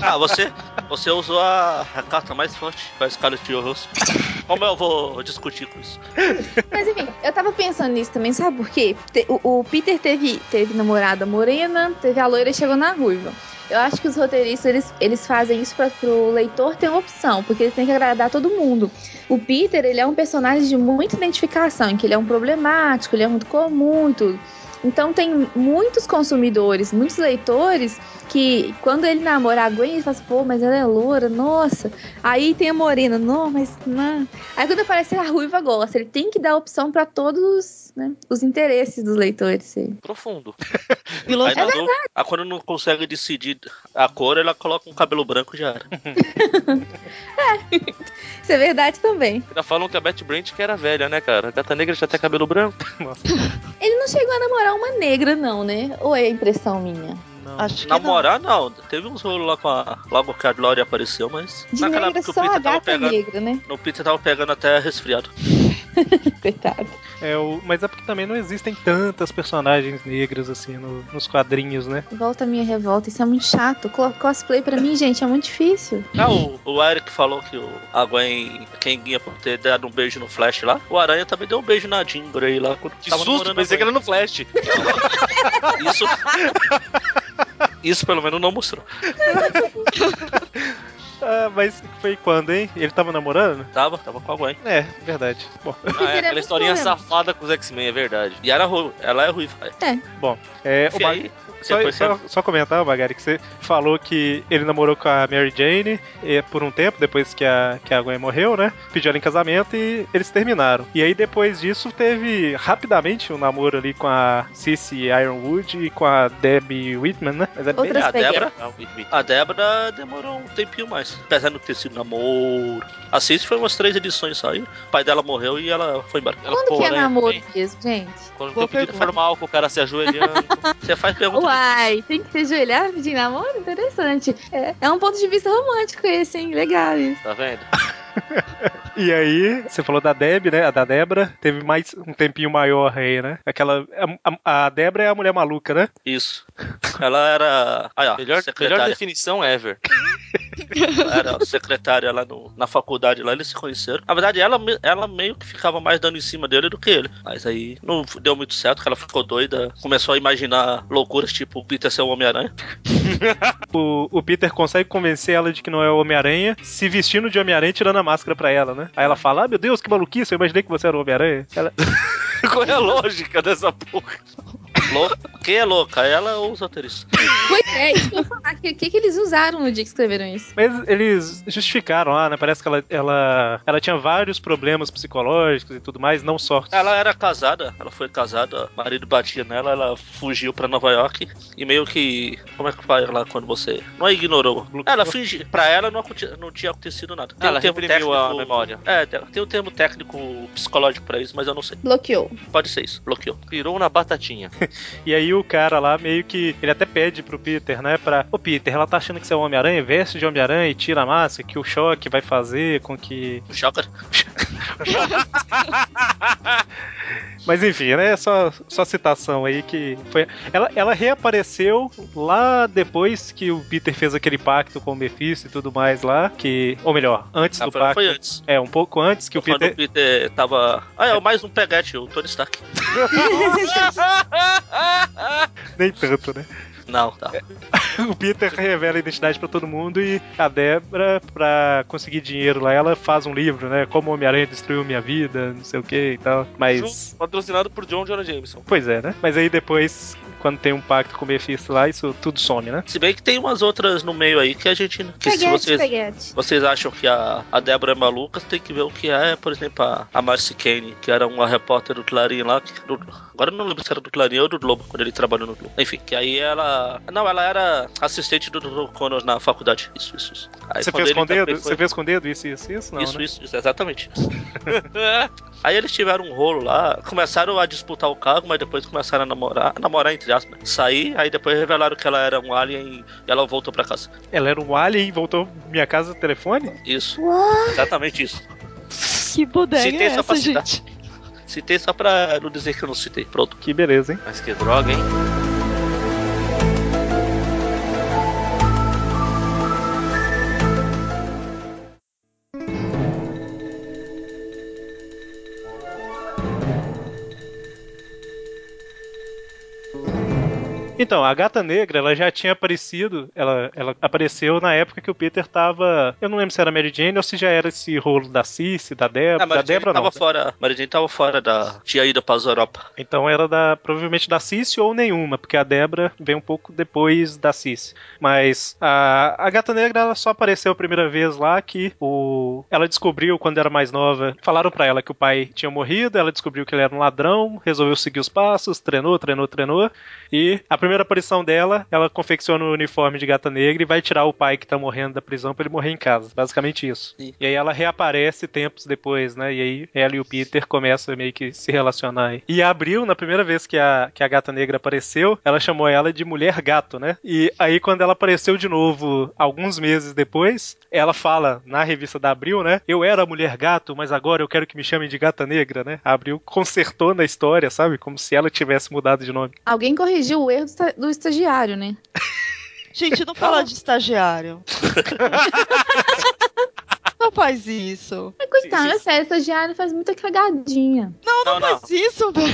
S5: Ah, você, você usou a, a carta mais forte pra Scarlett Johansson. Como eu vou discutir com isso?
S4: mas enfim, eu tava pensando nisso também, sabe por quê? Te- o, o Peter teve, teve namorada morena, teve a loira e chegou na ruiva. Eu acho que os roteiristas eles, eles fazem isso para pro leitor ter uma opção, porque ele tem que agradar todo mundo. O Peter, ele é um personagem de muita identificação, em que ele é um problemático, ele é muito comum e tudo. Então tem muitos consumidores, muitos leitores que quando ele namora a Gwen, ele fala assim, pô, mas ela é loura, nossa. Aí tem a morena, não, mas não. Aí quando aparece a ruiva, gosta. Ele tem que dar opção para todos né, os interesses dos leitores. aí.
S5: Profundo.
S6: Filosofia.
S5: Aí na dúvida- ah, quando não consegue decidir a cor, ela coloca um cabelo branco e já era.
S4: Isso é verdade também.
S5: Ainda falam que a Betty Brant que era velha, né, cara? A gata negra já tem cabelo branco.
S4: Ele não chegou a namorar uma negra, não, né? Ou é impressão minha?
S3: Não.
S6: Acho que
S5: Namorar, não. Teve uns rolos lá com a. Logo que a Glória apareceu, mas.
S4: De
S5: naquela
S4: negra,
S5: época
S4: só a
S5: tava
S4: gata
S5: pegando.
S4: negra, né?
S5: O Peter tava pegando até resfriado.
S4: <laughs> Coitado.
S3: É, o- mas é porque também não existem tantas personagens negras assim no- nos quadrinhos, né?
S4: Volta a minha revolta, isso é muito chato. Co- Cosplay pra mim, gente, é muito difícil.
S5: Ah, o, o Eric falou que o, a Gwen Kenguinha por ter dado um beijo no Flash lá. O Aranha também deu um beijo na Jean Grey lá. Quando
S2: Que
S5: tava
S2: susto,
S5: namorando a
S2: pensei que
S5: Gwen.
S2: era no <laughs> Flash.
S5: Isso. Isso pelo menos não mostrou.
S3: Ah, mas foi quando, hein? Ele tava namorando?
S5: Tava, tava com a Gwen.
S3: É, verdade. Bom,
S5: Ah,
S4: Peter é
S5: é.
S4: muito
S2: Aquela historinha
S4: problema.
S2: safada com os X-Men, é verdade.
S5: E era ruiva. Ela é ruiva.
S3: é, o
S5: Enfia
S3: Mag...
S5: aí,
S3: só,
S5: depois né?
S3: só, só comentar, Magari, que você falou que ele namorou com a Mary Jane eh, por um tempo, depois que a, que a Gwen morreu, né? Pediu ela em casamento e eles terminaram. E aí depois disso teve rapidamente um namoro ali com a Cissy Ironwood e com a Debbie Whitman, né? Mas é bem-
S4: Outras
S5: a Débora.
S4: pegadas.
S5: A Débora demorou um tempinho mais, apesar de não ter sido namoro. A Cissi foi umas três edições só aí. O pai dela morreu e ela né? foi embora.
S2: Ela
S4: Quando
S2: ficou
S4: que é
S2: aranha
S4: namoro
S2: também.
S4: mesmo, gente?
S2: Quando tem
S6: Boa
S2: um pedido
S6: pergunta.
S2: formal com o cara se
S4: <laughs>
S2: ajoelhando.
S5: Você faz pergunta.
S4: Uai, tem que se ajoelhar de namoro? Interessante. É, é um ponto de vista romântico esse, hein? Legal isso.
S2: Tá vendo?
S3: e aí, você falou da Deb, né? A da Debra teve mais um tempinho maior aí, né? Aquela. A, a Debra é a mulher maluca, né?
S5: Isso. Ela era. Ah, ó,
S2: melhor,
S5: secretária.
S2: melhor definição ever.
S5: era secretária lá no- na faculdade lá, eles se conheceram. Na verdade, ela, me- ela meio que ficava mais dando em cima dele do que ele. Mas aí não deu muito certo, que ela ficou doida, começou a imaginar loucuras tipo o Peter ser o Homem-Aranha.
S3: O, o Peter consegue convencer ela de que não é o Homem-Aranha, se vestindo de Homem-Aranha e tirando a máscara pra ela, né? Aí ela fala: Ah, meu Deus, que maluquice, eu imaginei que você era o Homem-Aranha. Ela,
S2: <laughs> Qual é a lógica dessa porra?
S5: Louca. Quem é louca? Ela ou os roteiristas?
S4: Pois é, isso que eu ia falar. O que, que, que eles usaram no dia que escreveram isso?
S3: Mas eles justificaram lá, né? Parece que ela, ela, ela tinha vários problemas psicológicos e tudo mais, não só.
S5: Ela era casada, ela foi casada, o marido batia nela, ela fugiu pra Nova York e meio que. Como é que faz lá quando você. Não a ignorou. Ela fingiu. Pra ela não, aconte- não tinha acontecido nada. um
S2: Ela reprimiu a memória.
S5: É, te- tem um termo técnico psicológico pra isso, mas eu não sei.
S4: Bloqueou.
S5: Pode ser isso, bloqueou.
S2: Pirou na batatinha.
S3: E aí o cara lá meio que. Ele até pede pro Peter, né? Pra. Ô Peter, ela tá achando que você é o Homem-Aranha, veste de Homem-Aranha e tira a máscara, que o choque vai fazer com que.
S5: O Shocker.
S3: Mas enfim, né? Só, só citação aí que foi. Ela, ela reapareceu lá depois que o Peter fez aquele pacto com o Mephisto e tudo mais lá. Que. Ou melhor, antes
S5: Ah,
S3: do
S5: foi- não
S3: pacto.
S5: foi antes.
S3: É, um pouco antes que o
S5: Quando
S3: Peter.
S5: o Peter tava. Ah, é mais um peguete, o Tony Stark.
S3: <laughs> Nem tanto, né?
S5: Não, tá.
S3: o Peter revela a identidade pra todo mundo e a Debra, pra conseguir dinheiro lá, ela faz um livro, né? Como o Homem-Aranha destruiu minha vida, não sei o que e tal. Mas.
S2: Patrocinado por John Jonah Jameson.
S3: Pois é, né? Mas aí depois, quando tem um pacto com o Mephisto lá, isso tudo some, né?
S5: Se bem que tem umas outras no meio aí que a gente. Que se
S10: Peguete,
S5: vocês.
S10: peguete.
S5: Vocês acham que a, a Débora é maluca? Tem que ver o que é, por exemplo, a, a Marcy Kane, que era uma repórter do Clarim lá. que- do- agora eu não lembro se era do Clarim ou do Globo, quando ele trabalhou no Globo. Enfim, que aí ela. Não, ela era assistente do Dr. Connors na faculdade. Isso, isso, isso. Aí
S3: Você
S5: quando
S3: fez
S5: ele
S3: com o dedo?
S5: também foi-
S3: Você fez com o dedo? Isso, isso, isso? Não,
S5: isso,
S3: né?
S5: isso, isso, <laughs> exatamente. aí eles tiveram um rolo lá, começaram a disputar o cargo, mas depois começaram a namorar, namorar entre aspas, sair, aí depois revelaram que ela era um alien e ela voltou pra casa.
S3: Ela era um alien e voltou minha casa do telefone?
S5: Isso, exatamente isso.
S6: Que bodega
S5: Se tem
S6: é essa,
S5: capacidade.
S6: gente?
S5: Citei só pra não dizer que eu não citei. Pronto.
S3: Que beleza, hein?
S2: Mas que droga, hein?
S3: Então, a Gata Negra, ela já tinha aparecido, ela, ela apareceu na época que o Peter tava, eu não lembro se era Mary Jane ou se já era esse rolo da Cici, da Debra,
S5: Ah,
S3: da
S5: Mary Jane
S3: Debra não,
S5: tava
S3: né?
S5: fora. Mary Jane tava fora da. Tinha ido pra Europa.
S3: Então era da provavelmente da Cici ou nenhuma, porque a Debra vem um pouco depois da Cici. Mas a, a Gata Negra ela só apareceu a primeira vez lá que o ela descobriu quando era mais nova. Falaram pra ela que o pai tinha morrido, ela descobriu que ele era um ladrão, resolveu seguir os passos, treinou, treinou, treinou. E a primeira aparição dela, ela confecciona o uniforme de Gata Negra e vai tirar o pai que tá morrendo da prisão pra ele morrer em casa. Basicamente isso.
S5: Sim.
S3: E aí ela reaparece tempos depois, né? E aí ela e o Peter começam meio que se relacionar. aí. E a Abril, na primeira vez que a, que a gata negra apareceu, ela chamou ela de mulher gato, né? E aí quando ela apareceu de novo, alguns meses depois, ela fala na revista da Abril, né? Eu era a mulher gato, mas agora eu quero que me chamem de gata negra, né? A Abril consertou na história, sabe? Como se ela tivesse mudado de nome.
S4: Alguém corrigiu o erro do esta- do estagiário, né?
S6: Gente, não fala
S5: <laughs>
S6: de estagiário. não faz isso.
S4: Mas coitado, é sério, estagiário faz muita cagadinha.
S6: Não,
S5: não.
S6: faz isso, velho.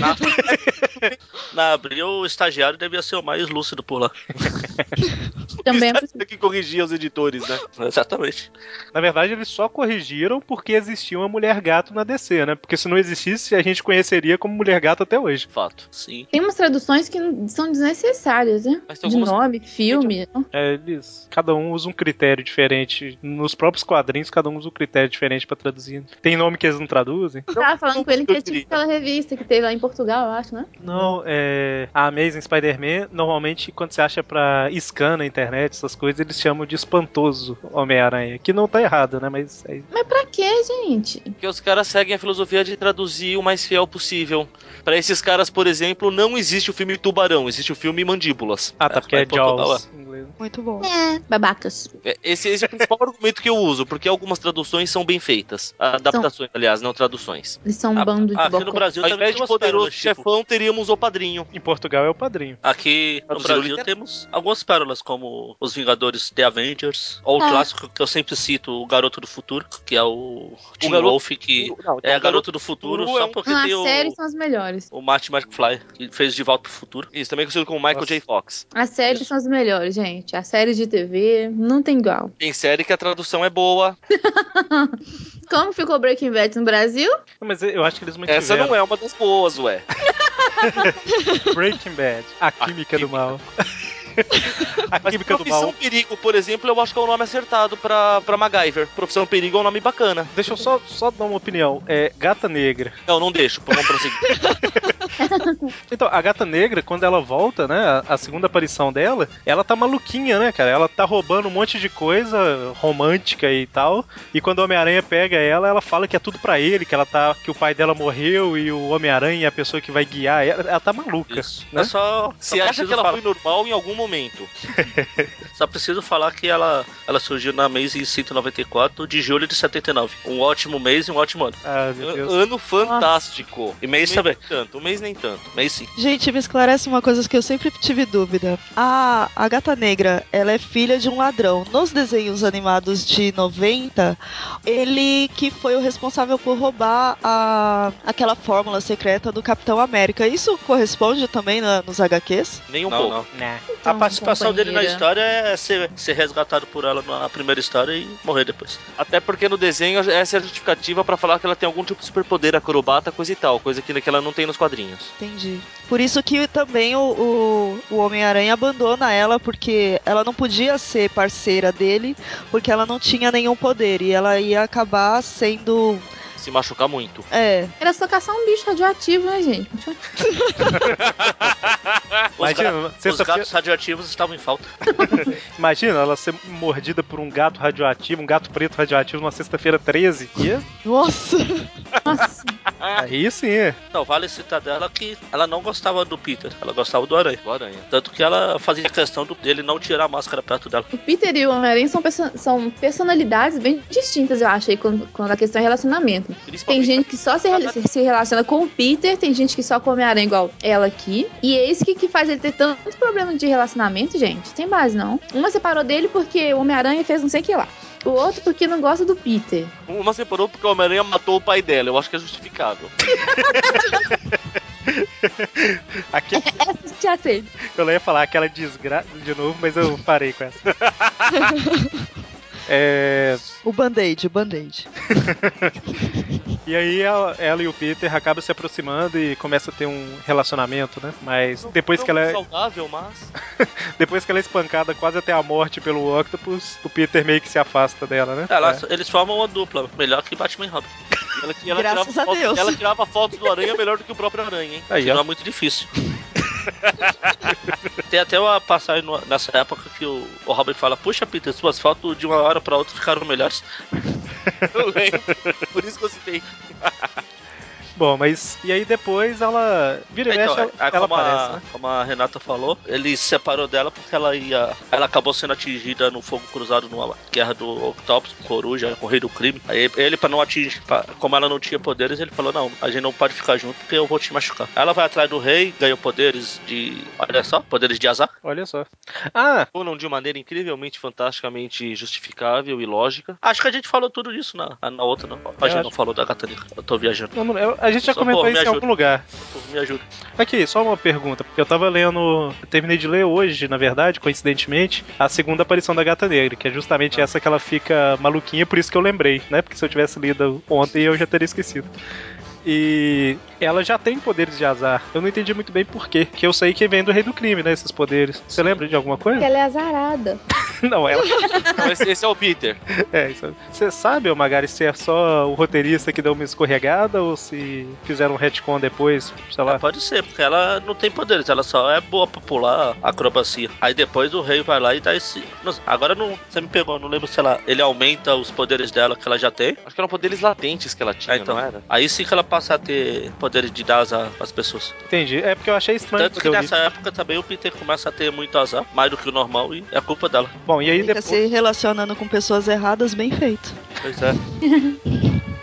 S5: Na abril, o estagiário devia ser o mais lúcido por lá. <laughs>
S4: Também é possível.
S2: Tem que corrigir os editores, né?
S5: Exatamente.
S3: Na verdade, eles só corrigiram porque existia uma mulher gato na DC, né? Porque se não existisse, a gente conheceria como mulher gato até hoje.
S2: Fato.
S5: Sim.
S4: Tem umas traduções que não- são desnecessárias, né?
S2: Mas tem
S4: De
S2: algumas.
S4: nome, filme. né?
S3: É, eles, cada um usa um critério diferente. Nos próprios quadrinhos, cada um usa um critério diferente pra traduzir. Tem nome que eles não traduzem?
S4: Eu tava falando com ele que é tipo
S2: diria.
S4: aquela revista que teve lá em Portugal, eu acho, né?
S3: Não, é. A Amazing Spider-Man, normalmente, quando você acha pra scan na internet, essas coisas, eles chamam de espantoso Homem-Aranha. Que não tá errado, né? Mas é
S4: Mas pra quê, gente?
S2: Porque os caras seguem a filosofia de traduzir o mais fiel possível. Pra esses caras, por exemplo, não existe o filme Tubarão, existe o filme Mandíbulas.
S3: Ah, tá, porque é
S2: Portugal,
S3: Jaws em inglês. mesmo.
S6: Muito bom.
S10: É, babacas.
S5: Esse, esse é o principal <laughs> argumento que eu uso, porque algumas traduções são bem feitas. Adaptações, aliás, não traduções.
S10: Eles são um
S5: Ah,
S10: bando de
S5: Aqui
S10: bocó.
S5: no né? Brasil,
S2: Ao
S5: ao
S2: invés
S5: invés de
S2: de umas
S5: poderoso
S2: pérolas, tipo-
S5: chefão, teríamos o padrinho.
S3: Em Portugal é o padrinho.
S5: Aqui no
S2: Traduziram
S5: Brasil temos algumas pérolas, como Os Vingadores The Avengers, ou o
S10: Ah.
S5: clássico que eu sempre cito, O Garoto do Futuro, que é o Tim
S2: Garoto-
S5: Wolf, que
S2: Não,
S5: é
S2: então,
S5: Garoto do Futuro,
S2: Futuro é
S5: só
S2: um-
S5: porque
S4: Ah,
S5: tem o,
S4: as séries são as melhores.
S5: o Marty McFly, que fez De Volta pro Futuro.
S2: Isso, também é conhecido como Michael
S3: Nossa.
S2: J. Fox.
S4: As séries são as melhores, gente. As séries de TV não tem igual.
S2: Tem série que a tradução é boa.
S4: Como ficou Breaking Bad no Brasil?
S3: Mas eu acho que eles mantiveram.
S2: Essa não é uma das boas, ué.
S3: Breaking Bad. A química do mal. <laughs> a
S2: Mas
S3: química do
S2: Profissão
S3: mal.
S2: Perigo, por exemplo, eu acho que é o nome acertado pra, pra MacGyver. Profissão Perigo é um nome bacana.
S3: Deixa eu só, só dar uma opinião. É Gata Negra.
S2: Não, não deixo, vamos prosseguir.
S3: Então, a Gata Negra, quando ela volta, né? a- A segunda aparição dela, ela tá maluquinha, né, cara? Ela tá roubando um monte de coisa romântica e tal. E quando o Homem-Aranha pega ela, ela fala que é tudo pra ele, que ela tá. que o pai dela morreu e o Homem-Aranha é a pessoa que vai guiar ela. Ela tá maluca.
S5: Isso.
S3: né?
S5: É só,
S2: Você
S5: só
S2: acha
S5: preciso
S2: que ela
S5: falar-
S2: foi normal em algum momento?
S5: <laughs> Só preciso falar que ela, ela surgiu na Amazing 194 de julho de 79. Um ótimo mês e um ótimo ano.
S3: Ah, <laughs> meu Deus.
S2: Ano fantástico.
S5: E mês
S2: Mês
S5: também.
S2: nem tanto, um mês nem tanto.
S5: Mês sim.
S6: Gente, me esclarece uma coisa que eu sempre tive dúvida. A, a gata negra, ela é filha de um ladrão. Nos desenhos animados de 90, ele que foi o responsável por roubar a, aquela fórmula secreta do Capitão América. Isso corresponde também na- nos HQs?
S2: Nem um
S5: Não,
S2: pouco.
S5: não.
S3: Né.
S5: A participação
S4: Então, companheira.
S5: dele na história é ser, ser resgatado por ela na primeira história e morrer depois.
S2: Até porque no desenho essa é a justificativa pra falar que ela tem algum tipo de superpoder, acrobata, coisa e tal. Coisa que que ela não tem nos quadrinhos.
S6: Entendi. Por isso que também o, o, o Homem-Aranha abandona ela, porque ela não podia ser parceira dele, porque ela não tinha nenhum poder. E ela ia acabar sendo.
S2: Se machucar muito.
S6: É,
S4: Era só caçar um bicho radioativo, né, gente?
S5: Os, ga-
S3: Imagina,
S5: os
S3: sexta-feira-
S5: gatos radioativos estavam em falta.
S3: Imagina ela ser mordida por um gato radioativo, um gato preto radioativo numa sexta-feira 13. E
S6: Nossa!
S4: Nossa,
S3: aí sim, é.
S5: Não, vale citar dela que ela não gostava do Peter, ela gostava do Aranha.
S2: Do aranha.
S5: Tanto que ela fazia questão do- dele não tirar a máscara perto dela.
S4: o Peter e o Homem-Aranha são, perso- são personalidades bem distintas, eu acho, aí, quando, quando a questão é relacionamento. Tem
S2: Principalmente
S4: gente que só se, rela- se relaciona com o Peter, tem gente que só com o Homem-Aranha igual ela aqui. E é isso que, que faz ele ter tanto problema de relacionamento, gente. Tem base, não. Uma separou dele porque o Homem-Aranha fez não sei o que lá. O outro porque não gosta do Peter.
S2: Uma separou porque o Homem-Aranha matou o pai dela. Eu acho que é justificável.
S5: <laughs>
S3: Aqui,
S4: Essa te aceito.
S3: eu ia falar aquela desgraça de novo, mas eu
S5: <laughs>
S3: parei com essa. É,
S6: O band-aid, o band-aid.
S3: e aí ela, ela e o Peter acabam se aproximando e começa a ter um relacionamento, né? Mas depois
S2: Não
S3: que ela, é-
S2: saudável,
S3: <laughs>
S2: mas...
S3: depois que ela é espancada quase até a morte pelo Octopus, o Peter meio que se afasta dela, né?
S5: Ela-
S3: É.
S5: Eles formam uma dupla, melhor que Batman e Robin.
S2: E Ela, e ela
S6: Graças
S2: tirava
S6: a
S2: fotos-
S6: Deus.
S2: Ela tirava fotos do aranha melhor do que o próprio aranha, hein?
S3: Aí,
S5: Não é
S3: ó.
S5: muito difícil. <laughs> Tem até uma passagem no- nessa época que o, o Robin fala: Puxa, Peter, suas fotos de uma hora pra outra ficaram melhores.
S2: Eu lembro. Por isso que eu citei.
S3: Bom, mas. E aí depois ela. Vira e mexe,
S5: Então,
S3: ela,
S5: aí,
S3: ela
S5: como,
S3: aparece,
S5: a,
S3: né?
S5: como a Renata falou, ele se separou dela porque ela ia. Ela acabou sendo atingida no fogo cruzado numa guerra do Octopus com Coruja, com o Rei do Crime. Aí ele, pra não atingir, pra- como ela não tinha poderes, ele falou: Não, a gente não pode ficar junto porque eu vou te machucar. Ela vai atrás do rei, ganhou poderes de. Olha só, poderes de azar.
S3: Olha só. Ah,
S2: Foram de maneira incrivelmente, fantasticamente justificável e <laughs> lógica.
S5: Acho que a gente falou tudo isso na, na outra, não. A gente
S3: acho.
S5: não falou da Catarina. Eu tô viajando.
S3: eu não- eu- a gente já
S5: Só,
S3: comentou
S5: pô, me
S3: isso em
S5: ajuda.
S3: algum lugar.
S5: Pô, Me ajuda.
S3: Aqui, só uma pergunta, porque eu tava lendo. Eu terminei de ler hoje, na verdade, coincidentemente, a segunda aparição da Gata Negra, que é justamente
S5: Ah.
S3: essa que ela fica maluquinha, por isso que eu lembrei, né? Porque se eu tivesse lido ontem eu já teria esquecido. E ela já tem poderes de azar. Eu não entendi muito bem por quê. Porque eu sei que vem do rei do crime, né? Esses poderes. Você lembra de alguma
S4: Porque
S3: coisa?
S4: ela é azarada.
S3: <laughs> Não, ela.
S2: Então, esse, esse é o Peter.
S3: É, isso. Você sabe, ô Magari, se é só o roteirista que deu uma escorregada ou se fizeram um retcon depois, sei lá.
S5: Ah, pode ser, porque ela não tem poderes, ela só é boa pra pular acrobacia. Aí depois o rei vai lá e dá esse. Nossa, agora não. Você me pegou, não lembro se ela. Ele aumenta os poderes dela que ela já tem.
S2: Acho que eram poderes latentes que ela tinha,
S5: Ah, então.
S2: não era?
S5: Aí sim que ela passa a ter poderes de dar azar às pessoas.
S3: Entendi. É porque eu achei estranho.
S5: Tanto que
S3: eu li.
S5: nessa época também o Peter começa a ter muito azar, mais do que o normal, e é culpa dela.
S3: Bom, e aí
S6: Fica
S3: depois.
S6: se relacionando com pessoas erradas, bem feito.
S5: Pois é.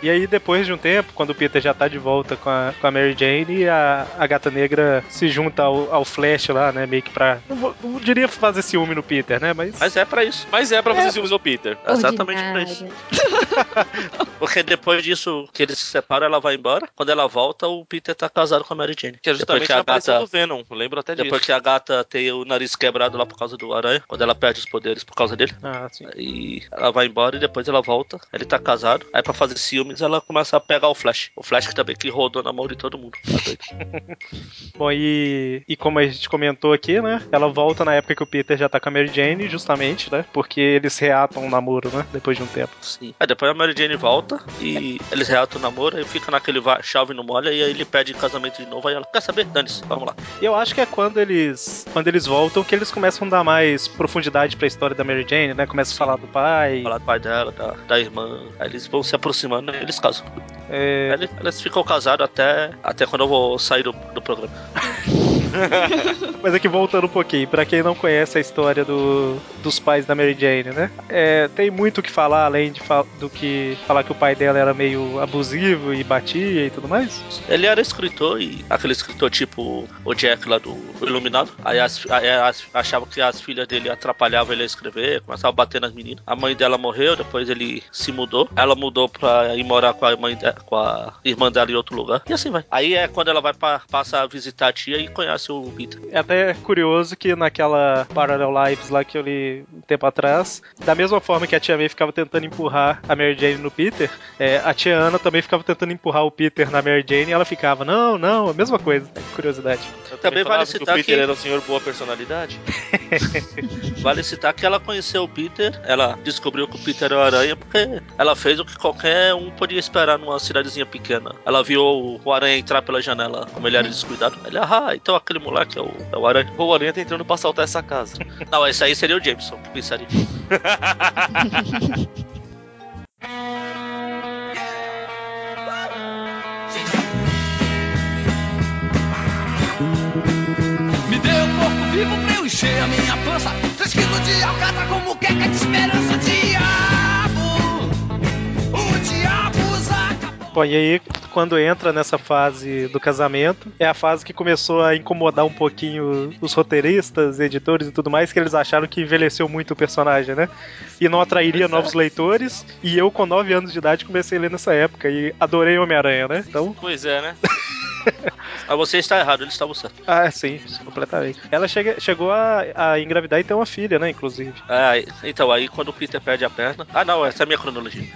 S3: E aí, depois de um tempo, quando o Peter já tá de volta com a, com a Mary Jane, a, a gata negra se junta ao, ao Flash lá, né? Meio que pra. Não, vou- não diria fazer ciúme no Peter, né? Mas.
S5: Mas é pra isso.
S2: Mas é pra fazer ciúmes ao Peter.
S5: É Exatamente pra isso. Porque depois disso que eles se separam, ela vai embora. Quando ela volta, o Peter tá casado com a Mary Jane.
S2: Que é
S5: depois
S2: justamente
S5: que
S2: a
S5: a
S2: aparição
S5: gata.
S2: do Venom. Lembro até disso.
S5: Depois que a gata tem o nariz quebrado lá por causa do aranha, quando ela perde os poderes por causa dele.
S3: Ah, sim.
S5: E ela vai embora e depois ela volta. Ele tá casado. Aí pra fazer ciúmes, ela começa a pegar o Flash. O Flash que também que rodou na mão de todo mundo. Tá doido.
S3: Bom, e, e como a gente comentou aqui, né? Ela volta na época que o Peter já tá com a Mary Jane, justamente, né? Porque eles reatam o namoro, né? Depois de um tempo.
S5: Sim. Aí depois a Mary Jane volta e eles reatam o namoro e fica naquele va- chave no molha e aí ele pede casamento de novo. Aí ela, quer saber? Dane-se, vamos lá.
S3: E eu acho que é quando eles quando eles voltam que eles começam a dar mais profundidade pra história da Mary Jane, né? Começa a falar do pai.
S5: Falar do pai dela, da, da irmã. Aí eles vão se aproximando e eles casam.
S3: É,
S5: Eles, eles ficam casados até, até quando eu vou sair do, do programa.
S3: Mas aqui voltando um pouquinho, pra quem não conhece a história do, dos pais da Mary Jane, né? É, tem muito o que falar além de fa- do que falar que o pai dela era meio abusivo e batia e tudo mais.
S5: Ele era escritor e aquele escritor tipo o Jack lá do Iluminado. Aí as, aí as- achava que as filhas dele atrapalhavam ele a escrever, começava a bater nas meninas. A mãe dela morreu, depois ele se mudou. Ela mudou pra ir morar com a, mãe de- com a irmã dela em outro lugar. E assim vai. Aí é quando ela vai pra, passa a visitar a tia e conhece o Peter.
S3: É até curioso que naquela Parallel Lives lá que eu li um tempo atrás, da mesma forma que a tia May ficava tentando empurrar a Mary Jane no Peter, é, a tia Ana também ficava tentando empurrar o Peter na Mary Jane e ela ficava, não, não, a mesma coisa. né? Curiosidade.
S2: Eu
S5: Também
S2: falava
S5: vale
S2: que o
S5: citar
S2: Peter
S5: que-
S2: era um senhor boa personalidade.
S5: Vale citar que ela conheceu o Peter, ela descobriu que o Peter era o aranha porque ela fez o que qualquer um podia esperar numa cidadezinha pequena. Ela viu o, o aranha entrar pela janela, como ele era descuidado. Ele, ah, então aquele moleque é o, é o aranha.
S2: O Aranha tá entrando pra assaltar essa casa.
S5: Não, esse aí seria o Jameson, que pensaria.
S11: Me dê um corpo vivo pra eu encher a minha pança. Três quilos de alcatra como queca de esperança. O diabo, o diabo saca.
S3: Bom, e aí, quando entra nessa fase do casamento, é a fase que começou a incomodar um pouquinho os roteiristas, editores e tudo mais, que eles acharam que envelheceu muito o personagem, né? E não atrairia novos leitores. E eu, com 9 anos de idade, comecei a ler nessa época e adorei Homem-Aranha, né? Então,
S2: Pois é,
S5: <laughs>
S2: né?
S5: Mas Ah, você está errado, ele estava certo.
S3: ah, sim, completamente. Ela chega, chegou a, a engravidar e ter uma filha, né? Inclusive.
S5: Ah, então, aí quando o Peter perde a perna. Ah, não, essa é a minha cronologia.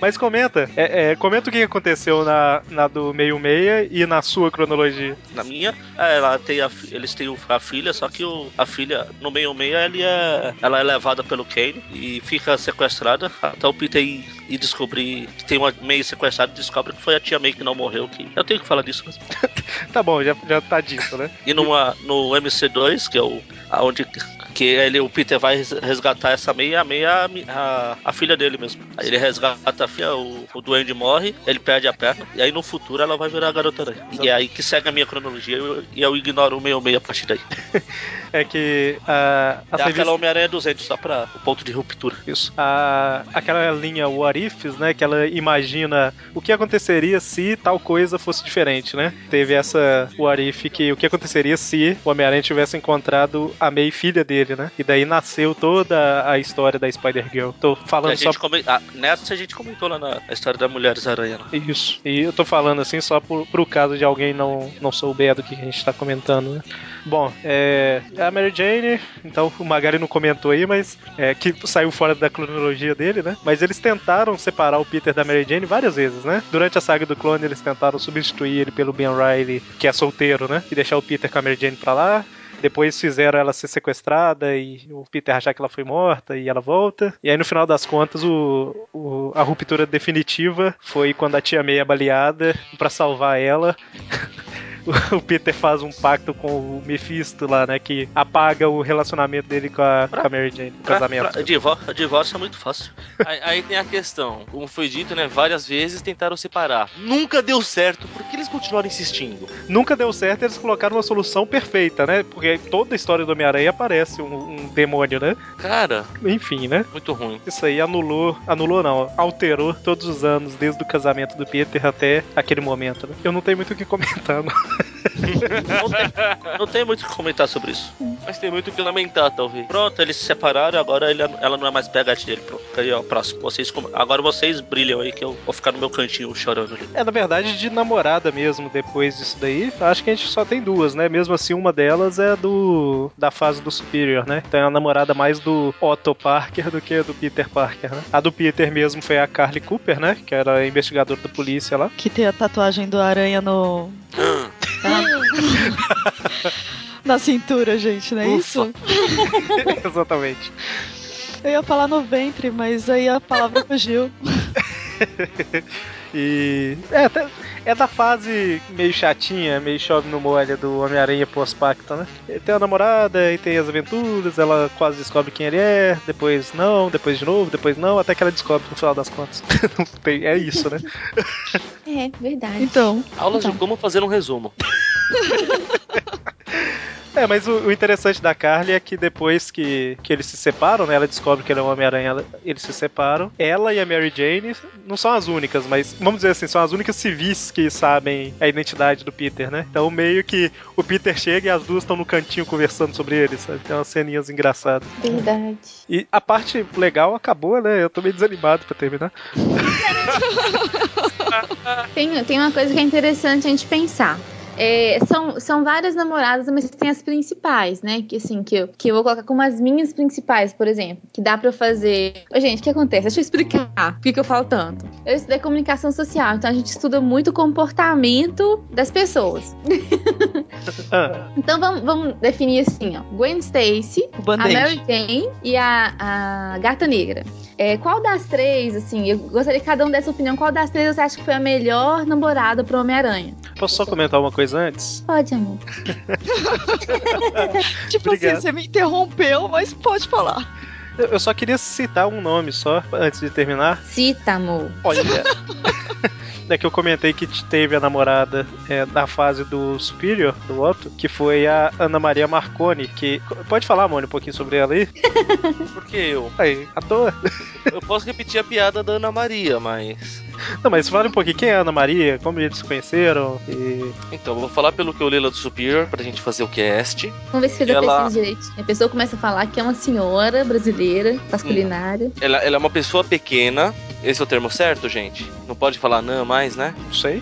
S3: Mas comenta, é, é, comenta o que aconteceu na, na do meio-meia e na sua cronologia.
S5: Na minha, é, ela tem a fi- eles têm o- a filha, só que o- a filha, no meio meio, ele é, ela é levada pelo Kane e fica sequestrada. Até o Peter ir, ir descobrir que tem uma meio sequestrada e descobre que foi a tia May que não morreu. Que eu tenho que falar disso né? mesmo.
S3: Tá bom, já, já tá dito, né?
S5: E numa, no MC2, que é o aonde que ele, o Peter vai res- resgatar essa May, a May é a, mi- a, a filha dele mesmo. Aí ele resgata a filha, o, o Duende morre, ele perde a perna, e aí no futuro ela vai virar a garota aranha. E é aí que segue a minha cronologia, e eu, e eu ignoro o meio meio a partir daí.
S3: É que a, a
S5: é
S3: revista-
S5: aquela Homem-Aranha 200, só pra o ponto de ruptura. Isso.
S3: a, aquela linha What Ifs, né? Que ela imagina o que aconteceria se tal coisa fosse diferente, né? Teve essa What If que o que aconteceria se o Homem-Aranha tivesse encontrado a May filha dele, né? E daí nasceu toda a história da Spider-Girl. Tô
S5: A
S3: falando só.
S5: gente come- ah, nessa a gente comentou lá na na história da Mulheres Aranha. né? lá.
S3: Isso. E eu tô falando assim só por, pro caso de alguém não, não souber do que a gente tá comentando, né? Bom, é. A Mary Jane, então o Magari não comentou aí, mas é, que saiu fora da cronologia dele, né? Mas eles tentaram separar o Peter da Mary Jane várias vezes, né? Durante a saga do clone, eles tentaram substituir ele pelo Ben Riley, que é solteiro, né? E deixar o Peter com a Mary Jane pra lá. Depois fizeram ela ser sequestrada e o Peter achar que ela foi morta e ela volta. E aí, no final das contas, o, o- a ruptura definitiva foi quando a tia May é baleada pra salvar ela. <laughs> o Peter faz um pacto com o Mephisto lá, né? Que apaga o relacionamento dele com a, com a Mary Jane, o casamento.
S8: Pra- divó- divórcio é muito fácil.
S2: <laughs> Aí, aí tem a questão, como foi dito, né? Várias vezes tentaram separar. Nunca deu certo, por que eles continuaram insistindo?
S3: Nunca deu certo eles colocaram uma solução perfeita, né? Porque toda a história do Homem-Aranha aparece um, um demônio, né?
S2: Cara,
S3: Enfim, né?
S2: muito ruim.
S3: Isso aí anulou, anulou não, alterou todos os anos, desde o casamento do Peter até aquele momento, né? Eu não tenho muito o que comentar, não.
S8: Não tem, não tem muito o que comentar sobre isso.
S2: Mas tem muito o que lamentar, talvez.
S8: Pronto, eles se separaram, agora ele- ela não é mais pegadinha dele. Pronto, aí ó, próximo. Vocês, com- agora vocês brilham aí que eu vou ficar no meu cantinho chorando ali.
S3: É, na verdade, de namorada mesmo, depois disso daí, acho que a gente só tem duas, né? Mesmo assim, uma delas é do da fase do Superior, né? Então é a namorada mais do Otto Parker do que a do Peter Parker, né? A do Peter mesmo foi a Carly Cooper, né? Que era a investigadora da polícia lá. <laughs>
S6: Que tem a tatuagem do aranha no. <laughs> Na cintura, gente, não é isso?
S3: Exatamente.
S6: Eu ia falar no ventre, mas aí a palavra fugiu.
S3: E. É, até- é da fase meio chatinha, meio chove no molho do Homem-Aranha pós-pacto, né? Ele tem a namorada e tem as aventuras, ela quase descobre quem ele é, depois não, depois de novo, depois não, até que ela descobre no final das contas. <laughs> Não tem- é isso, né?
S4: É, verdade.
S6: Então,
S2: Aulas de
S4: Então.
S2: como fazer um resumo.
S3: É, mas o, o interessante da Carly é que depois que, que eles se separam, né? Ela descobre que ele é o Homem-Aranha, ela- eles se separam. Ela e a Mary Jane não são as únicas, mas vamos dizer assim, são as únicas civis que sabem a identidade do Peter, né? Então meio que o Peter chega e as duas estão no cantinho conversando sobre ele, sabe? Tem umas ceninhas engraçadas.
S4: Verdade.
S3: E a parte legal acabou, né? Eu tô meio desanimado pra terminar.
S4: Tem, tem uma coisa que é interessante a gente pensar. É, são, são várias namoradas, mas tem as principais, né? Que assim, que eu, que eu vou colocar como as minhas principais, por exemplo. Que dá pra eu fazer. Ô, gente, o que acontece? Deixa eu explicar por que, que eu falo tanto. Eu estudei comunicação social, então a gente estuda muito o comportamento das pessoas.
S3: Ah,
S4: Então vamos, vamos definir assim, ó. Gwen Stacy,
S6: o
S4: a Mary
S6: band-aid.
S4: Jane e a, a Gata Negra. É, qual das três, assim, eu gostaria que cada um desse opinião, qual das três você acha que foi a melhor namorada pro Homem-Aranha?
S3: posso só comentar uma coisa antes?
S4: Pode, amor.
S6: Tipo
S3: Obrigado.
S6: assim, você me interrompeu, mas pode falar.
S3: Eu- Eu só queria citar um nome só, antes de terminar.
S4: Cita, amor.
S3: Olha. <laughs> É que eu comentei que te- teve a namorada é, na fase do Superior, do Otto, que foi a Ana Maria Marconi, que... Pode falar, Mônica, um pouquinho sobre ela aí?
S2: Porque eu.
S3: Aí, à toa.
S2: Eu posso repetir a piada da Ana Maria, mas.
S3: Não, mas fala um pouquinho, quem é a Ana Maria? Como eles se conheceram? E...
S2: Então, eu vou falar pelo que eu li lá do Superior, pra gente fazer o cast.
S4: Vamos ver se fez
S2: Ela-
S4: a pesquisa direito. A pessoa começa a falar que é uma senhora brasileira, faz
S2: Hum.
S4: culinária.
S2: Ela, ela é uma pessoa pequena. Esse é o termo certo, gente? Não pode falar não mais, né?
S3: Não sei.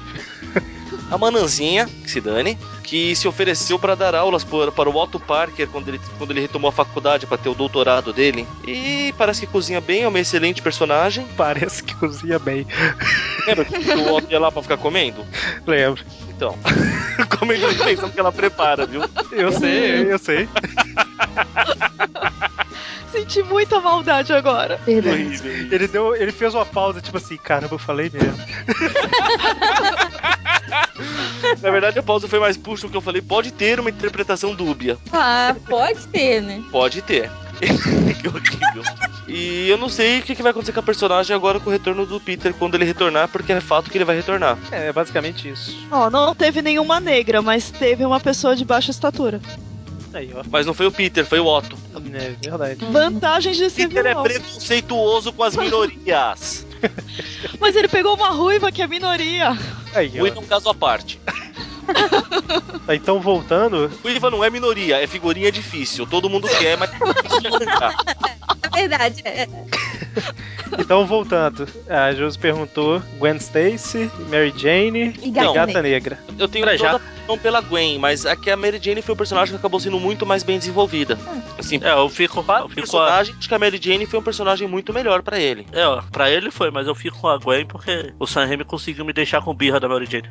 S2: A mananzinha, que se dane, que se ofereceu para dar aulas por- para o Otto Parker quando ele, quando ele retomou a faculdade para ter o doutorado dele. E parece que cozinha bem, é uma excelente personagem.
S3: Parece que cozinha bem.
S2: Lembra que o Otto ia lá pra ficar comendo? <laughs>
S3: Lembro.
S2: Então, comendo a refeição que é ela prepara, viu?
S3: Eu sei, eu sei.
S6: Senti muita maldade agora.
S4: Verdade.
S2: Horrível.
S3: Ele, deu, ele fez uma pausa, tipo assim, caramba, eu falei mesmo.
S2: Na verdade, a pausa foi mais puxa que eu falei. Pode ter uma interpretação dúbia.
S4: Ah, pode ter, né?
S2: Pode ter. <laughs> que horrível. E eu não sei o que que vai acontecer com a personagem agora com o retorno do Peter quando ele retornar, porque é fato que ele vai retornar.
S3: É, basicamente isso.
S6: Ó, não teve nenhuma negra, mas teve uma pessoa de baixa estatura.
S3: Aí, ó.
S2: Mas não foi o Peter, foi o Otto.
S3: É verdade.
S6: Vantagens de ser
S2: Peter é
S6: vilão.
S2: preconceituoso com as minorias.
S6: Mas ele pegou uma ruiva que é minoria.
S3: Aí,
S2: Ruiva
S3: ó.
S2: é um caso à parte.
S3: Então, voltando,
S2: Ruiva não é minoria, é figurinha difícil. Todo mundo quer, é, mas todo mundo quer.
S4: É verdade. é.
S3: Então, voltando, a Josi perguntou Gwen Stacy, Mary Jane
S4: E
S3: e
S4: Gata
S3: Gata Negra.
S2: Eu tenho
S8: Pra já.
S2: toda a paixão pela Gwen, mas aqui a Mary Jane foi o personagem que acabou sendo muito mais bem desenvolvida. Assim,
S8: É, eu fico.
S2: para
S8: Eu
S2: o
S8: fico a,
S2: personagem, acho que a Mary Jane foi um personagem muito melhor pra ele.
S8: é, ó, pra ele foi, mas eu fico com a Gwen porque o Sam Raimi conseguiu me deixar com birra da Mary Jane.